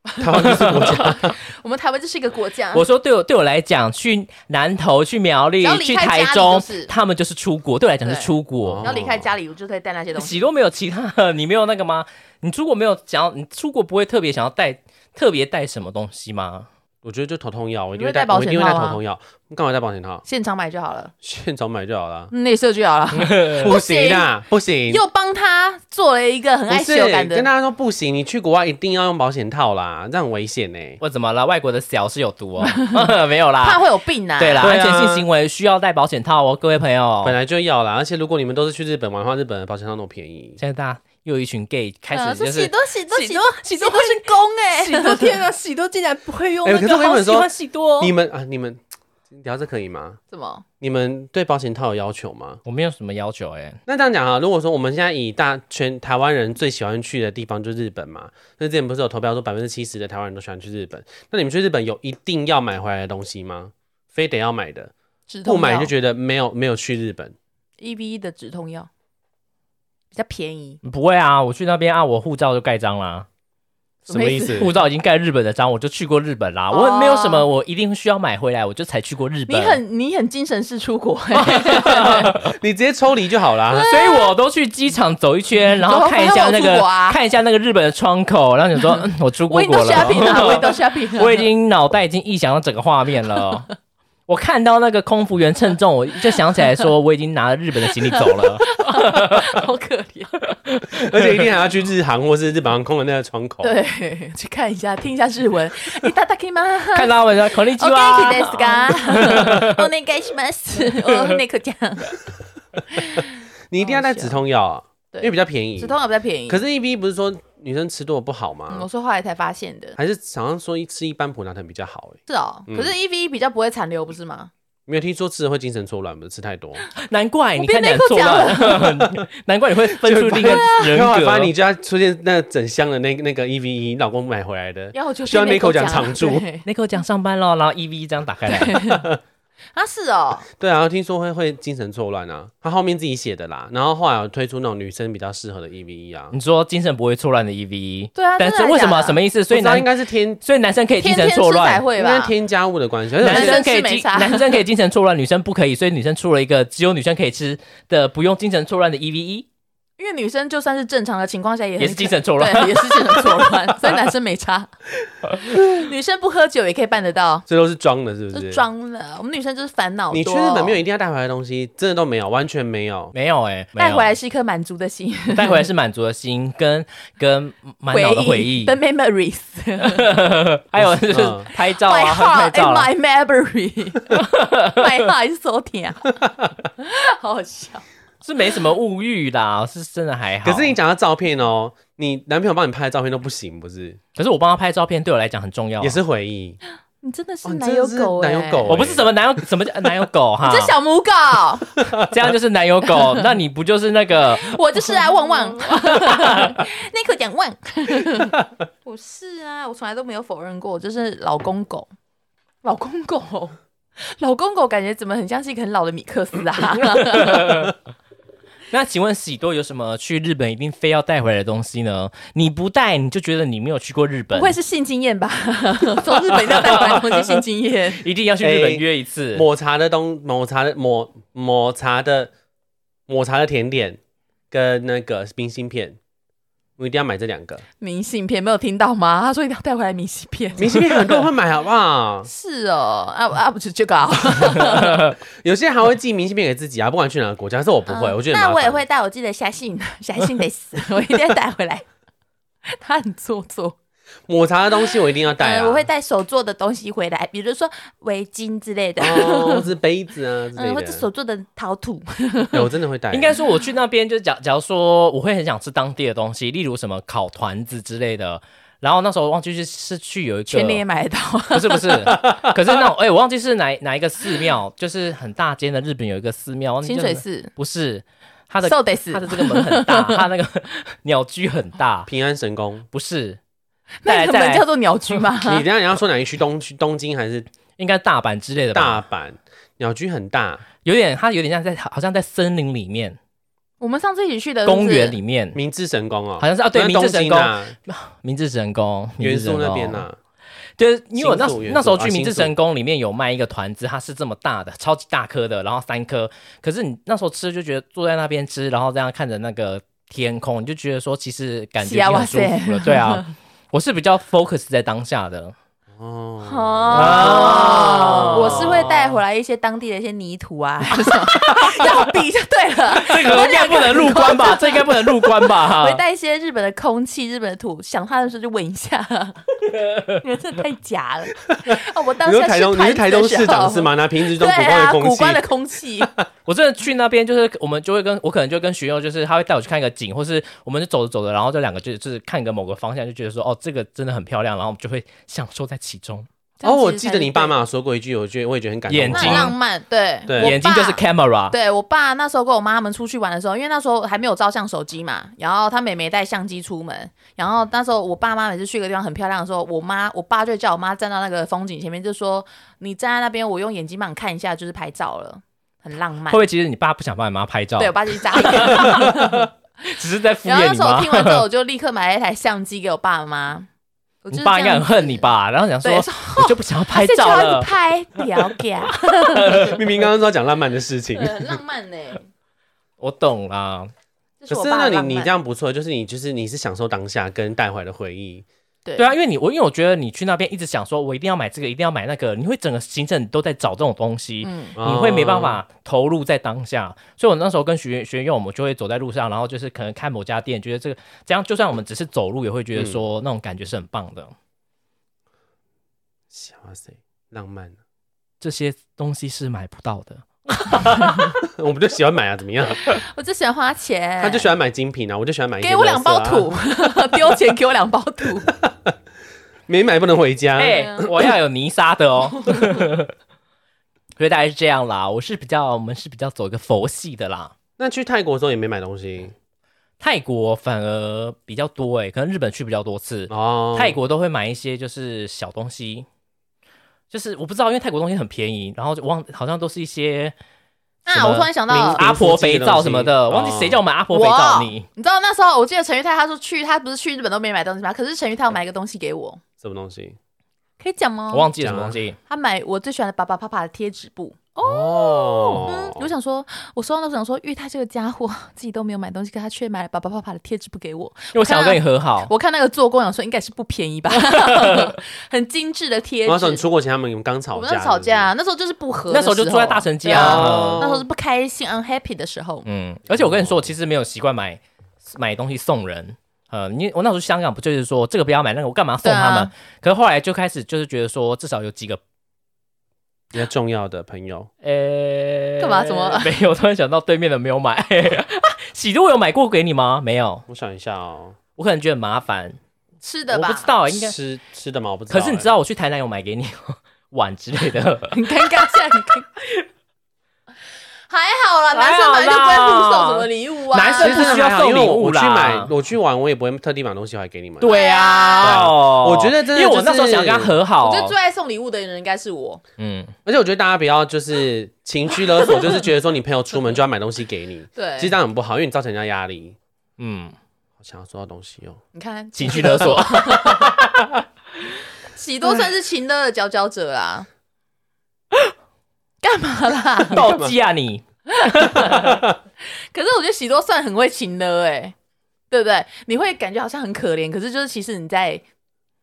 台湾就是国家。 我们台湾就是一个国家。我说对我对我来讲，去南投、去苗栗只要、离去开台家里中就是，他们就是出国。对我来讲是对出国哦然。后离开家里，我就会带那些东西。喜多没有其他的，你没有那个吗？你出国没有想要？你出国不会特别想要带特别带什么东西吗？我觉得就头痛药，我一你定会会带带，保我一险定会套啊带吗头痛药。干嘛带保险套？现场买就好了， 现场买就好了。内射就好了。不行啊，不行。又帮他做了一个很不爱是秀感的跟，大家说不行，你去国外一定要用保险套啦，这样很危险呢、欸我怎么了？外国的小是有毒哦， 没有怕啦。会有病啊。对啦，对安啊全性行为需要戴保险套哦，各位朋友本。来就要啦，而且如果你们都是去日本玩的话，日本的保险套那么便宜，现在大家又有一群 gay 开啊，始这就喜是。多喜多喜喜多多喜喜多多是公哎，天 啊，喜多竟然不会用哎可是我跟你们说喜多哦你们啊，你们聊这可以吗？怎么？你们对保险套有要求吗？我没有什么要求哎，那这样讲啊，如果说我们现在以大全台湾人最喜欢去的地方就是日本嘛，那之前不是有投票说百分之七十的台湾人都喜欢去日本，那你们去日本有一定要买回来的东西吗？非得要买的，止痛不买药就觉得没有没有去日本。 E V 的止痛药比较便宜，不会啊，我去那边啊，我护照就盖章啦，什么意思什护照已经盖日本的章，我就去过日本啦，哦我没有什么我一定需要买回来，我就才去过日你本，很你很精神是出国欸，你直接抽离就 好啦。所以我都去机场走一圈，然后看一下我那有出个、国啊看一下那个日本的窗口，然后你说、嗯、我出我过已经国都 shopping 了，我已经都了， shopping 了，我已经脑袋已经臆想到整个画 面了。我看到那个空服员称重，我就想起来说我已经拿了日本的行李走 了。好可怜。 而且一定还要去日航或是日本航空的那个窗口。对，去看一下，听一下日文。哎いただきます。看到他们说口令啊机 OK 哇，ですか？お願いします。 哦，那个酱，你一定要带止痛药啊，对因为比较便宜。止痛药比较便宜。可是 E B 不是说女生吃多了不好嗯吗我？是后来才发现的。还是好像说一吃一般普拿疼比较好哎、欸？是哦，嗯可是 E V 比较不会残留，不是吗？没有听说吃了会精神错乱，不是吃太多，难怪你我变看起来很错乱， 难怪你会分出另一个人然后发格。现你家出现那整箱的那那个 E V E，老公买回来 的，要我就希望那 Nico 讲讲常驻对那个我讲上班咯，然后 E V 这样打开来，啊，是哦，对啊，听说会会精神错乱啊，他后面自己写的啦，然后后来有推出那种女生比较适合的 E V E 啊，你说精神不会错乱的 E V，对啊但真是的为什么假的什么意思？所以我知道男应该是添所以男生可以精天神天错吃乱才，会应该吧是？添加物的关系，而且男而且生可以男生吃精没差 男生可以精神错乱，女生不可以，所以女生出了一个只有女生可以吃的不用精神错乱的 EVE，因为女生就算是正常的情况下，也很也是精神错乱。对，也是精神错乱，所以男生没差。女生不喝酒也可以办得到，这都是装的，是不？就是装了。我们女生就是烦恼多。你去日哦本没有一定要带回来的东西，真的都没有，完全没有。 没有哎、没有带回来是一颗满足的心，带回来是满足的心跟跟满脑的回忆的，memories。还有就是嗯拍照 My 啊，拍 heart 照 and 啦。 my memory. my heart is so 甜，啊 好好笑。是没什么物欲啦，是真的还好。可是你，讲到照片哦，你男朋友帮你拍的照片都不行，不是？哦可是我帮他拍照片，对我来讲很重要啊、也是回忆，你真的是哦你男真的友是狗、欸，男友狗我不是什么男友 什么叫男友狗哈，这小母狗，这样就是男友 狗，那你不就是那个我就是来旺 旺，那口讲问， 我是啊，我从来都没有否认过，我就是老公狗，老公狗，老公狗感觉怎么很像是一个很老的米克斯啊？那请问喜多有什么去日本一定非要带回来的东西呢？你不带你就觉得你没有去过日本，不会是性经验吧？ 从日本到带回来东西性经验，一定要去日本约一次？抹茶的东抹茶的抹抹茶的抹茶的甜点跟那个明信片，我一定要买这两个。 明信片没有听到吗？他说一定要带回来明信片，？明信片很多人会买，好不好是哦，啊啊，不是这个啊，有些人还会寄明信片给自己啊，不管去哪个国家。但是 我不会，我觉得很麻嗯那烦我也会带我自己的虾信，虾信得 死，我一定要带回来。他很做作。抹茶的东西，我一定呃要带啊。嗯我会带手做的东西回来，比如说围巾之类的， 哦，或是杯子啊之嗯，或类的。者手做的陶土。对哦我真的会带。应该说我去那边就假假如说我会很想吃当地的东西，例如什么烤团子之类的。然后那时候我忘记是是去有一个全年也买得 到， 不是不是，可是那种哎、我忘记是哪哪一个寺庙，就是很大间的日本有一个寺庙，忘记清叫什水么寺，不是它的受得死它，的这个门很大，它那个 鸟居很大，平安神宫。不是。再那来个再门来叫做鸟居 吗？你等一下你要说哪一区？东区、东京还是应该大阪之类的吧，大阪？鸟居很大，有点它有点像在好像在森林里面、我们上次一起去的公园里。里面，明治神宫哦，嗯好像是啊对那东明治神京宫啊，明治神宫、明元治神素宫那边啊。对，因为我那新宿元素那时候啊去明治新宿神宫里面有卖一个团子，它是这么大的，超级大颗的，然后三颗。可是你那时候吃就觉得坐在那边吃，然后这样看着那个天空，你就觉得说其实感觉已是啊经很舒哇服了。对啊，我是比较 focus 在当下的。哦哦，我是会带回来一些当地的一些泥土啊， 要比就对了。这个应该不能入关 吧？这应该不能入关吧？啊我会哈，带一些日本的空气、日本的土，想他的时候就闻一下。 你们真的太假了！哦，我当你下是台东，你是台东市长是？吗？拿瓶子对装古关啊，的空古气关，的空 气，我真的去那边就是我们就会跟我可能就跟学友，就是他会带我去看一个景，或是我们就走着走着，然后这两个就就是看个某个方向，就觉得说哦这个真的很漂亮，然后我们就会享受在其中。哦，我记得你爸妈有说过一句，我觉得我也觉得很感动。眼睛那浪漫。对，对我眼睛就是爸 camera，对我爸那时候跟我妈他们出去玩的时候，因为那时候还没有照相手机嘛，然后他妹妹带相机出门，然后那时候我爸妈每次去一个地方很漂亮的时候，我妈我爸就叫我妈站到那个风景前面，就说你站在那边，我用眼睛帮你看一下，就是拍照了，很浪漫会不。会其实你爸不想帮你妈拍照？对我爸就是眨 眼，只是在敷 然后衍那你时候妈听。完之后，我就立刻买了一台相机给我爸妈。我就你是爸应这该样很恨你吧？然后想说对， 我就不想要拍照了这就要一直。拍聊表，明明刚刚说要讲浪漫的事情对，很浪漫呢、我懂啦， 这是可我是爸那的你浪你漫这样不错，就是你就是你是享受当下跟带回来的回忆，对对啊，因为你我因为我觉得你去那边一直想说，我一定要买这个，一定要买那个，你会整个行程都在找这种东西，嗯，哦你会没办。法投入在当下。所以我那时候跟学学员，我们就会走在路上，然后就是可能看某家店，觉得这个这样，就算我们只是走路，也会觉得说嗯那种感觉是很棒的。哇塞，浪漫！ 这些东西是买不到的。我们就喜欢买啊，怎么样？我就喜欢花钱，他就喜欢买精品啊，我就喜欢买一些给我两包垃圾啊土，， 丢钱给我两包 土。没买不能回家。哎、啊我要有泥沙的 哦。所以大概是这样啦，我是比较，我们是比较走一个佛系的啦。那去泰国的时候也没买东西泰国反而比较多哎、可能日本去比较多次，哦。泰国都会买一些就是小东西，就是我不知道，因为泰国东西很便宜，然后就忘好像都是一些什啊，么我突然想到民了俗阿婆肥皂什么的，哦忘记谁叫我买阿婆我肥皂你。知道那时候我记得陈玉泰他说去，他不是去日本都没买东西吗？可是陈玉泰有买一个东西给我，什么东西？可以讲吗我？忘记了什么东西，他买我最喜欢的爸爸爸爸的贴纸布。嗯哦，我想说，我收到那时候想说，玉泰这个家伙自己都没有买东西，可他却买了爸爸爸爸的贴纸布给我。因为我想要跟你和好。我看那个做工，想说应该是不便宜 吧，很精致的贴那时候你纸。出国前他们刚吵我架，们那时候吵啊架，啊那时候嗯就是不和的，那时候就住在大城街啊对哦那时候是不开心、unhappy 的时候。嗯，而且我跟你说，我其实没有习惯买买东西送人。呃，你我那时候香港不就是说这个不要买那个，我干嘛送他们？对啊可是后来就开始就是觉得说，至少有几个比较重要的朋友。呃、干嘛怎么 没有？突然想到对面的没有买， 喜多我有买过给你吗？没有，我想一下哦，我可能觉得很麻烦，吃的我吧，不知道应该。吃吃的吗？我不知道。可是你知道我去台南有买给你， 碗之类的。很尴尬，现在很尴尬。还 好啦，男生本来就不会互送什么礼物啊。男生不哎其实需要还好送因为我礼物我去啦买，我去玩我也不会特地买东西回来给你们。对对啊，啊哦我觉得真的因为我就是那时候想跟他和好，我觉得最爱送礼物的人应该是我。嗯，而且我觉得大家不要就是情绪勒索， 就是觉得说你朋友出门就要买东西给你，对，其实这样很不好，因为你造成人家压力。 嗯，好想要收到东西哦，你看，情绪勒 索，喜多算是情乐的佼佼者啊啦。干嘛啦？斗鸡啊你！可是我觉得喜多算很会情勒哎、对不对？你会感觉好像很可怜，可是就是其实你在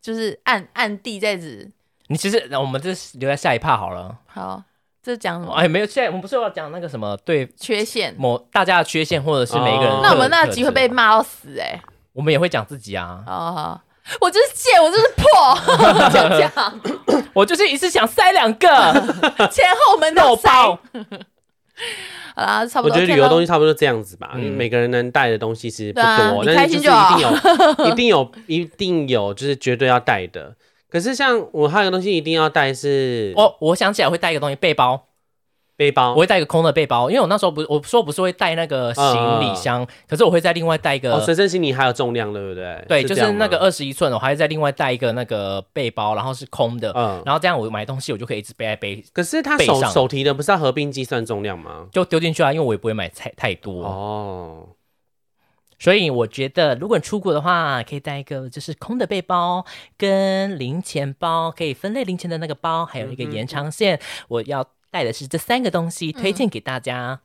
就是暗暗地在指你其实我们这留在下一趴好了。好，这讲什么、哎，没有，现在我们不是要讲那个什么对缺陷？某大家的缺陷，或者是每一个人的特哦质吗。那我们那集会被骂到死哎、我们也会讲自己啊。好好，我就是贱，我就是破， 就这样，我就是一次想塞两 个前后门肉都塞。包，好啦，差不我 多。觉得旅 OK 游咯东西差不多就这样子吧，嗯因为每个人能带的东西其实不对啊多，你但开是心就是就一定 有，一定有，一定有，就是绝对要带的。可是像我还有个东西一定要带是我我想起来会带一个东西，背包，背哦包我，会带一个空的背包，因为我那时候不是我说不是会带那个行李箱，可是我会再另外带一个，哦，随身行李还有重量，对不对？呃对，就这样是那个吗，嗯二十一寸的，我还会再另外带一个那个背包，然后是空的，嗯。然后这样我买东西我就可以一直背在背，可是他呃背手上手提的不是要合并计算重量吗？就丢进去啊，因为我也不会买太太多，哦，所以我觉得如果你出国的话，可以带一个就是空的背包跟零钱包，可以分类零钱的那个包，还嗯有一个延长线，我要。带的是这三个东西，嗯推荐给大家。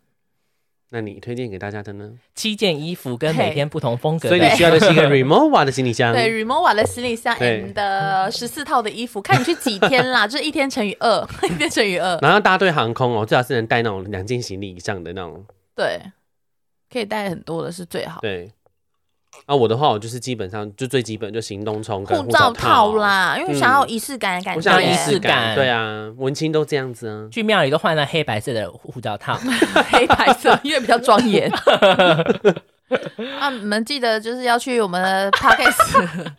那你推荐给大家的呢？七件衣服跟每天不同风格所的，以你需要的是一 个 Remova 的行李箱。对 Remova 的行李箱对 and 十四套的衣服，看你去几天啦，就是一天乘以二， 一天乘以二，然后大家对航空哦，最好是能带那种两件行李以上的那种。对，可以带很多的是最好。对。啊，我的话，我就是基本上就最基本就行动充跟护照套套。啊啦，因为想要有仪式感的感觉。我想要仪对式感感，对啊，文青都这样子啊。去庙里都换了黑白色的护 照套。黑白 色，因为比较庄严。啊，你们记得就是要去我们的 podcast，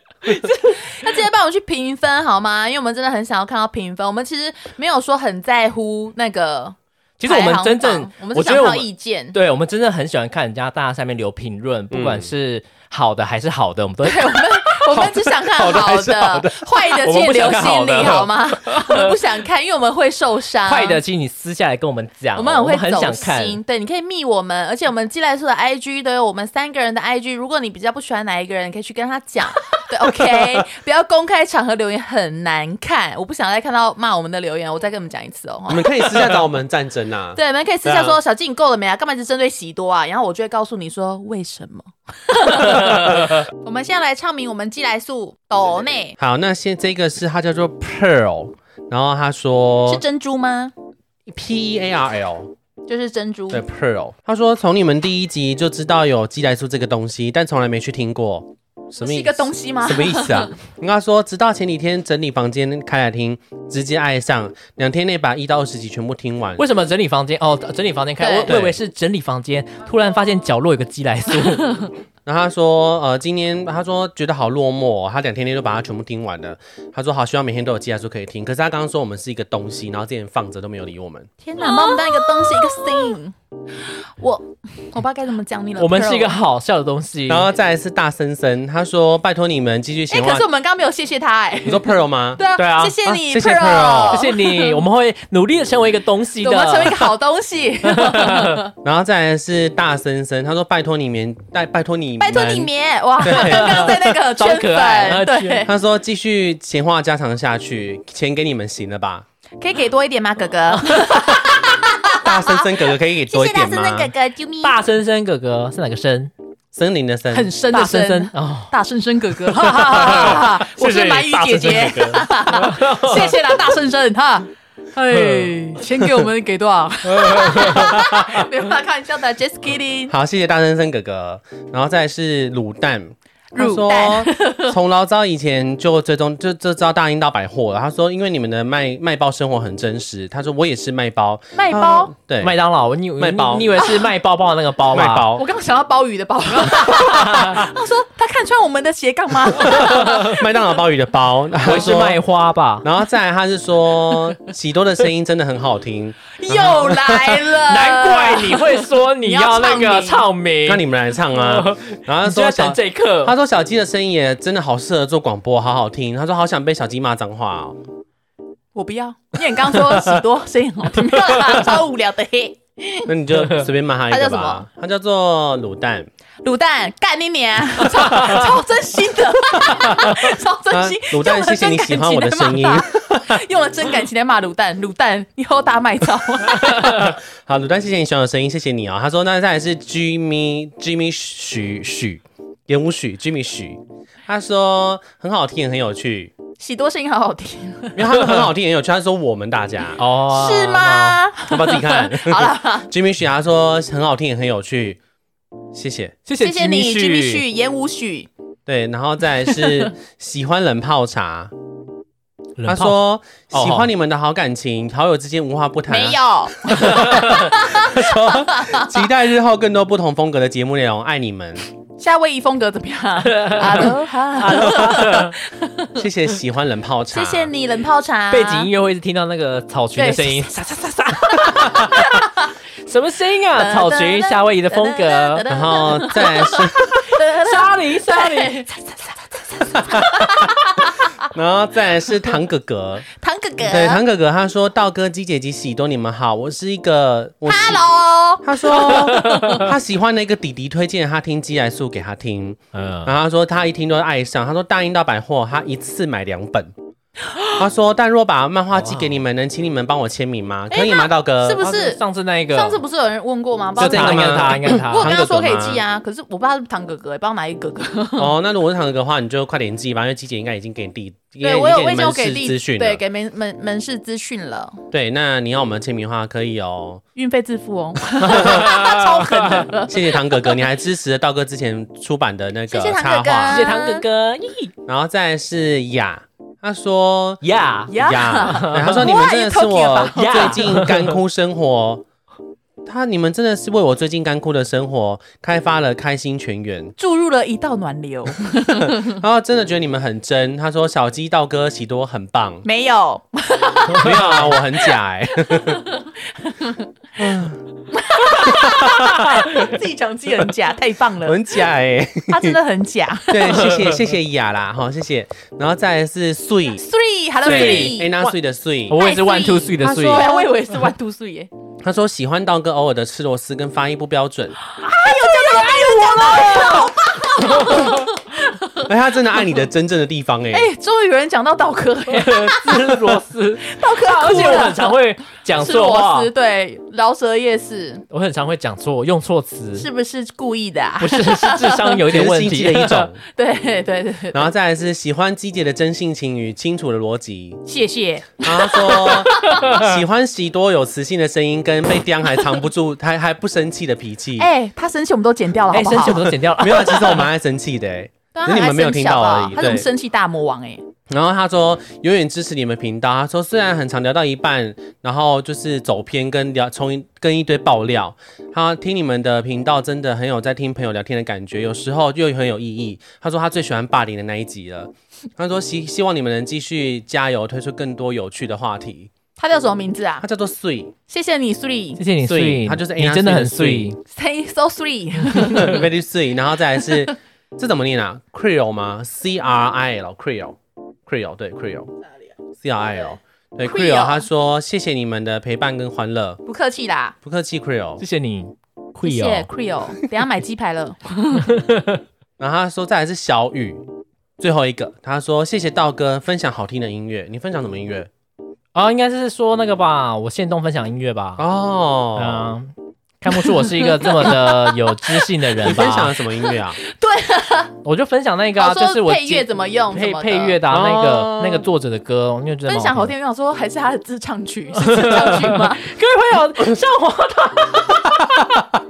那记得帮我们去评分好吗？因为我们真的很想要看到评分。我们其实没有说很在乎那个其实排我行榜，们真正，我们我是想觉得我要们意见。对我们真正很喜欢看人家大家下面留评论，不嗯管是好的还是好的，我们都会 对，我啊们我们只想看好的还好是好的的，坏的我们请不你留想看好心的里好吗？我们不想看，因为我们会受伤。快的，请你私下来跟我们讲哦。我们很会很走想看，心，对，你可以密我们，而且我们寄来说的 IG 都有我们三个人的 IG。如果你比较不喜欢哪一个人，你可以去跟他讲，对，OK，不要公开场合留言很难看，我不想再看到骂我们的留言，我再跟你们讲一次哦。你哈们可以私下找我们战争啊。 对，你们可以私下对说、小静你够了没啊？干嘛一直针对喜多啊？然后我就会告诉你说为什么。 我们现在来唱名我们寄来素斗内好，那先这个是它叫做 Pearl，然后他说是珍珠吗？ P E A R L，就是珍珠，对 Pearl。他说从你们第一集就知道有寄来素这个东西，但从来没去听过，什不么是意一思个？东西吗什？么意 思啊？应该说，直到前几天整理房间开来听，直接爱上，两天内把一到二十集全部听完。为什么整理房间？哦，整理房间看，对我我以为是整理房间，突然发现角落有个鸡来素。 然后他说，呃，今天他说觉得好落寞、哦，他两天内就把它全部听完了。他说好，希望每天都有寄来书可以听。可是他刚刚说我们是一个东西，然后之前放着都没有理我们。天哪，把我们当一个东西，一个哦 thing。我我不知道该怎么讲你了。 我们是一个 Pearl 哎好笑的东西。然后再来是大森森，他说拜托你们继续哎、前往。可是我们刚刚没有谢谢他哎、你说 Pearl 吗？对啊，对啊谢谢你、啊谢谢 Pearl， Pearl 谢谢你，我们会努力的成为一个东西的。我们成为一个好东 西，然后再来是大森森，他说拜托你们，拜拜托你们，拜托你。别哇！对刚刚在那个 超圈可爱啊粉，那个对圈，他说继续闲话家常下去，钱给你们行了吧？可以给多一点吗，哥 哥？大森森哥哥可以给多一点吗？哥，救命大森森哥哥是哪个森？森林的森，很深大的森森深，哦。大声声哥 哥，哈哈哈哈 哈！我是鳗鱼姐姐， 谢谢啦，大声声哈。哎，钱给我们给多 少？没有啦，开玩笑的，just kidding。好，谢谢大森森哥哥。然后再来是卤蛋，他入说从老早以前就追踪，就就知道大英到百货了。他说，因为你们的卖卖包生活很真实。他说我也是卖包，卖包他。对麦当劳，你以为卖包你以为是卖包包的那个包吗？卖，包我，刚刚想到鲍鱼的鲍， 他说他看穿我们的斜杠吗？ 麦当劳鲍鱼的包。然 后我以为他是说卖花吧？然后再来，他是说喜多的声音真的很好听。又来了，难怪你会说你要那呃你要个唱唱名，呃那你们来唱 啊！然后他你就说在小等，这一刻他。说小鸡的声音也真的好适合做广播，好好听。他说好想被小鸡骂脏话哦。我不要，因为你刚刚说喜多声音很好听，没有啦超无聊的嘿。那你就随便骂他一他叫个什吧么。他叫做卤蛋，卤蛋干你娘，超超真心的， 超真心。啊卤蛋用了谢谢你喜欢我的声音真感情来骂他，用了真感情来骂卤蛋，卤蛋以后大卖 照。好，卤蛋，谢谢你喜欢我的声音，谢谢你哦。他说那再来是 Jimmy Jimmy 许许严武许 Jimmy 许，他说很好听，很有趣，喜多声音好好听，因为他们很好听，很有趣。他说我们大家，哦是？吗？要不要自己看 好啦， ？Jimmy 许他说很好听，很有趣，谢谢。谢谢谢你，吉米旭许，言无许，对，然后再 来是喜欢冷泡茶。冷他泡说哦喜欢你们的好感情，好友之间无话不谈、没，有。期待日后更多不同风格的节目内容，爱你们，夏威夷风格怎 么样哈喽哈，谢谢喜欢冷泡茶，谢谢。你冷泡茶。背景音乐会是听到那个草裙的声 音，沙沙沙沙。什么声 音啊？草裙，夏威夷的风格，然后再来是，沙林沙林，然后再来是唐哥哥，唐哥哥，对唐哥哥，他说道哥、鸡姐及喜多你们好，我是一个，我是。 ，Hello，他说 他喜欢的一个弟弟推荐他听鸡来素给他听，嗯，然后他说他一听都爱上，他说大英到百货他一次买两 本。他说：“但若把漫画寄给你们，能请你们帮我签名吗？可以吗，道哥？哎是不是？上次那一个，上次不是有人问过吗？不就知道他，这应个该嗯吗是 他，应该是我有他。跟他说可以堂哥哥吗寄啊，可是我不知道是不是堂哥哥，也不知道哪一个哥哥。哦，那如果是堂哥哥的话，你就快点寄吧，因为鸡姐应该已经给你递，应对该我有，我已你经有们给是地资讯了对，给门门门市资讯 了， 对，那你要我们签名的话，可以哦。运费自付哦，超狠的。谢谢堂哥哥，你还支持了道哥之前出版的那谢个谢堂插哥哥画，谢谢唐哥哥，咦然后再来是雅，他说呀， 呀 对他说你们真的是 What are 我 you talking 最 about？近干枯生活。他你们真的是为我最近干枯的生活开发了开心全员，注入了一道暖 流，然后真的觉得你们很真。他说小鸡道哥喜多很棒， 没有，没有啊，我很假哎、自己讲自己 很假，欸太棒我了，很假哎、他真的很假。对，谢谢谢谢雅啦，好谢谢。然后再来是 碎 Three，Hello 安 Three，娜碎的碎，哎我也是 one two three 的他说碎，对，哎我以为是 One Two Three 耶，他说喜欢道哥偶尔的吃螺丝跟发音不标准，哎，他真的爱你的真正的地方 哎、哎，终于有人讲到道哥 耶，吃螺丝，道哥好而且酷 我了很常会讲吃错螺话丝，，对，饶舌夜市我很常会讲错，用错词，是不是故意的啊不？是是智商有一 有点点问 心题哎机的一种。 对对对对，然后再来是喜欢鸡姐的真性情与清楚的逻辑。谢谢。然后他说喜欢喜多有磁性的声音，跟被刁还藏不住，还还不生气的脾气。哎、他生气我们都剪掉了，好哎，不生好？气我们都剪掉了没。有啊，其实我蛮爱生气的、欸。对只是你们没有听到而已他是我们对生气大魔王哎、然后他说永远支持你们频道。他说虽然很常聊到一半，然后就是走偏跟聊从一跟一堆爆料。他听你们的频道真的很有在听朋友聊天的感觉，有时候又很有意义。他说他最喜欢霸凌的那一集了。他说希希望你们能继续加油，推出更多有趣的话题。他叫什么名字啊他？叫做 Sweet，谢谢你，Three，谢谢你碎碎，他就是你 Anna 真的很碎碎的。 say so three， very sweet，然后再来是这怎么念啊？Creole 吗？C R I L，Creole，Creole 对 Creole，C R I L 对 Creole Creole，他说谢谢你们的陪伴跟欢乐， 不客气啦，不客气 Creole 谢。谢你，谢会谢哦， Creole，等一下买鸡排了，然后他说再来是小雨，最后一个他说谢谢道哥分享好听的音乐，你分享什么音乐？啊，应该是说那个吧，我现动分享音乐吧，嗯、哦，看不出我是一个这么的有知性的人 你吧？分享了什么音乐啊？我就分享那个、他啊，就是哦说我配乐记怎么用，配什么的配乐的啊、那个、哦那个作者的歌，因为真的分享好好听，我想说还是他的自唱曲，是自唱曲吗？听。各位朋友，上火他，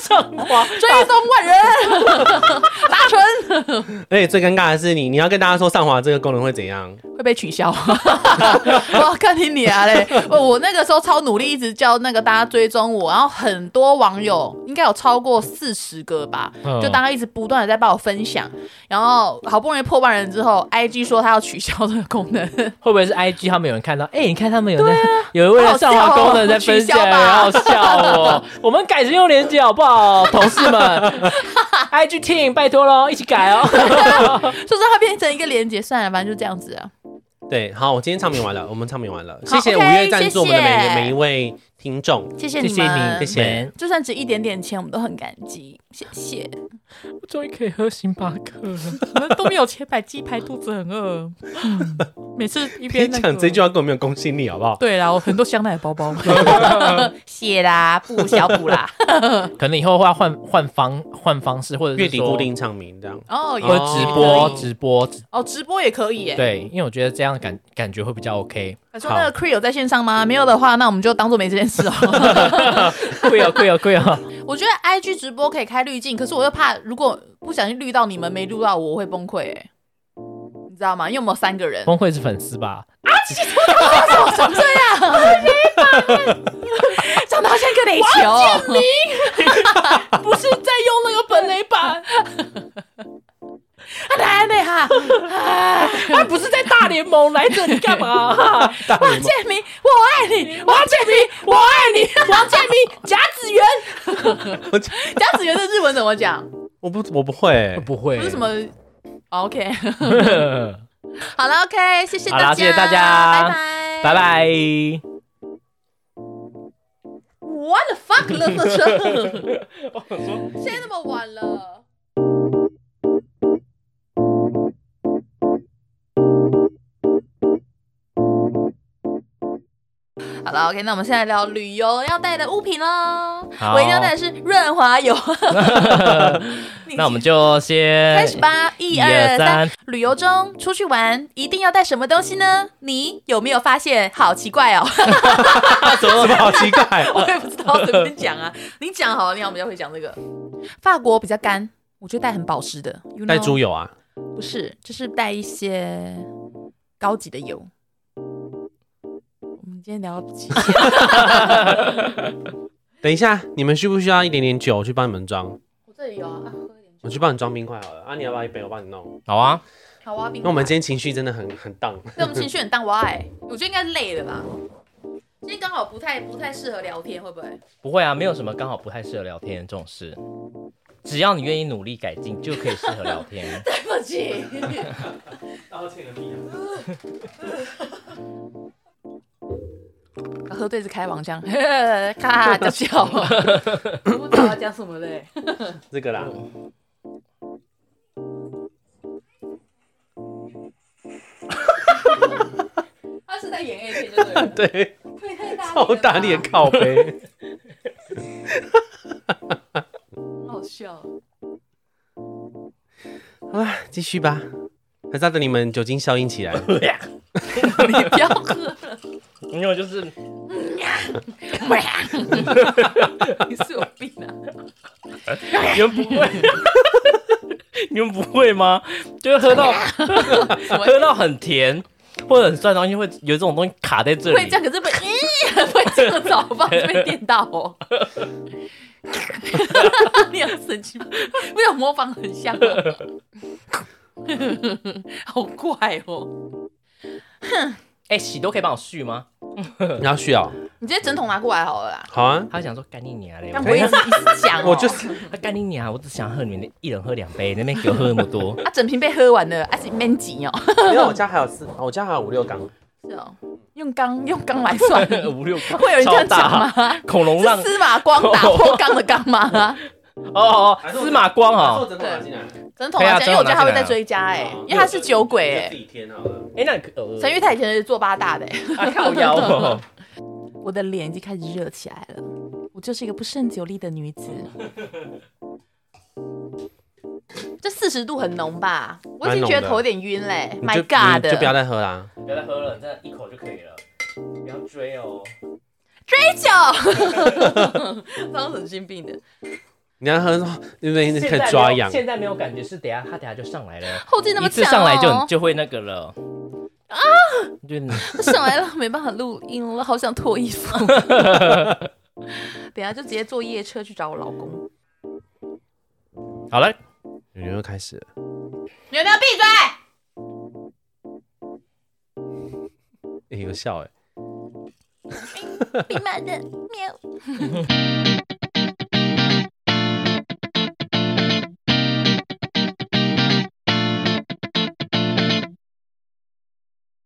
上哇，追踪万人，达成而且最尴尬的是你，你要跟大家说上滑这个功能会怎样？会被取消。 我看你你啊嘞！我我那个时候超努力，一直叫那个大家追踪我，然后很多网友应该有超过四十个吧，嗯就大家一直不断的在帮我分享，然后好不容易破万人之后，IG 说他要取消这个功能， 会不会是 IG 他们有人看到？哎、你看他们有那、 有人为了上啊好滑笑哦功能在分享，取消吧然后笑 哦。我们改成用连接好不好，同事们？IG team 拜托喽，一起改哦。就是它变成一个连接，算了，反正就这样子啊。对，好，我今天唱名完了，我们唱名完了，好谢谢五 OK，月赞助我们的每谢谢每一位听众，谢谢谢你谢们，你，谢谢。就算只一点点钱，我们都很感激，谢谢。我终于可以喝星巴克了。 我们都没有钱买鸡排，肚子很饿。嗯每次 一别 讲这句话根本没有公信力，好不好？对啦，我很多香奶包包。谢啦，不小补啦。 可能以后要换换方换方式，或者是月底说固定唱名这样。 哦，也或者哦直播、也可以直播，哦，直播也可以耶。对，因为我觉得这样感感觉会比较 OK。可是那个 Cree 有在线上吗？没有的话，那我们就当做没这件事哦。 贵哦贵哦贵哦！我觉得 IG 直播可以开滤镜，可是我又怕如果不小心滤到你们，没滤到我，我会崩溃哎。你知道吗？因为我们有三个人， 崩溃是粉丝吧？长得好像个垒球。 不是在用那个本垒板。 啊，来来哈，啊他不是在大联盟来这里干嘛？ 大王联盟建民，我爱你，王建民，我爱你， 王建民，甲子园，甲子园的日文怎么讲？ 我不我不会， 不会，不是什 么。哦 OK，拜好了，OK，谢谢好啦大家，谢谢大家拜拜， 拜。 What the fuck，乐色车， 现在那么晚了。好了，OK，那我们现在聊旅游要带的物品喽。好我一定要带的是润滑 油。那我们就先开始。吧，一一二二三三。旅游中出去玩一定要带什么东西呢？你有没有发现？好奇怪哦，怎么好奇 怪？ 我也不知道怎么讲 啊。你讲好了，你好，我比较会讲这个。法国比较干，我觉得带很保湿的，you know，带猪油啊？不是，就是带一些高级的油。我们今天聊到极限等一下，你们需不需要一点点酒去帮你们装？我这里有啊，啊喝一点我去帮你装冰块好了。啊，你要不要一杯？我帮你弄。好啊，好啊，冰那我们块今天情绪真的很很 down。对我们情绪很淡，我爱。我觉得应该是累了吧。今天刚好不太不太适合聊天，会不会？。不会啊，没有什么刚好不太适合聊天这种事。只要你愿意努力改进，就可以适合聊天 对不 起。道歉个屁！喝醉是开黄腔， 咔就笑了，不知道要讲什么嘞。 这个啦， 嗯他是在演 A 片，就对 了对，会太大超大力的吧靠背。很好笑。 好啦，继续吧。还是要等你们酒精效应 起来。你不要喝 了，因为我就是你是有病啊！你们不会， 你们不会吗？就是喝到 喝到很甜或者很酸的东西，会有这种东西卡在这 会里这。样，可是被咦， 会这样子好不好？被电到哦。 你很神奇，不想模仿很像哦， 好怪哦！哎、洗都可以帮我续吗？你要需要？你直接整桶拿过来好了啦。好啊。他想说干你娘嘞！但我一直一直讲哦，我就是他干你娘！我只想喝你们一人喝两杯，那边给我喝那么多。啊，整瓶被喝完了，而且面挤哦。没有，我家还有四，哦我家还有五六缸。是哦，用缸用缸来算， 五六缸会有人这样讲超大吗？恐龙浪是司马光 打破缸的缸 吗？哦哦，司马光还是我哦。整桶拿进来整桶来对啊讲，因为我觉得他真会的拿进来再啊追加哎，因为他是酒鬼自哎。己添好了。哎、那你可呃陈玉泰以前是做八大的哎，啊靠腰哦。我的脸已经开始热起来了，我就是一个不胜酒力的女子。这四十度很浓吧？我已经觉蛮浓得的头有点晕嘞你，My 就 God！你就不要再喝啦。不要再喝了，你真的一口就可以了，不要追哦。哎 追酒，当神经病的。你要喝，因为你开始抓痒。现在没有感觉，是等下他等下就上来了，后劲那么一次强、哦，上来就你就会那个了。啊！就你上来了，没办法录音了，好想脱衣服。 等一下就直接坐夜车去找我老公。好了，你又开始了，你有没有闭嘴？哎、有效哎、兵马的喵。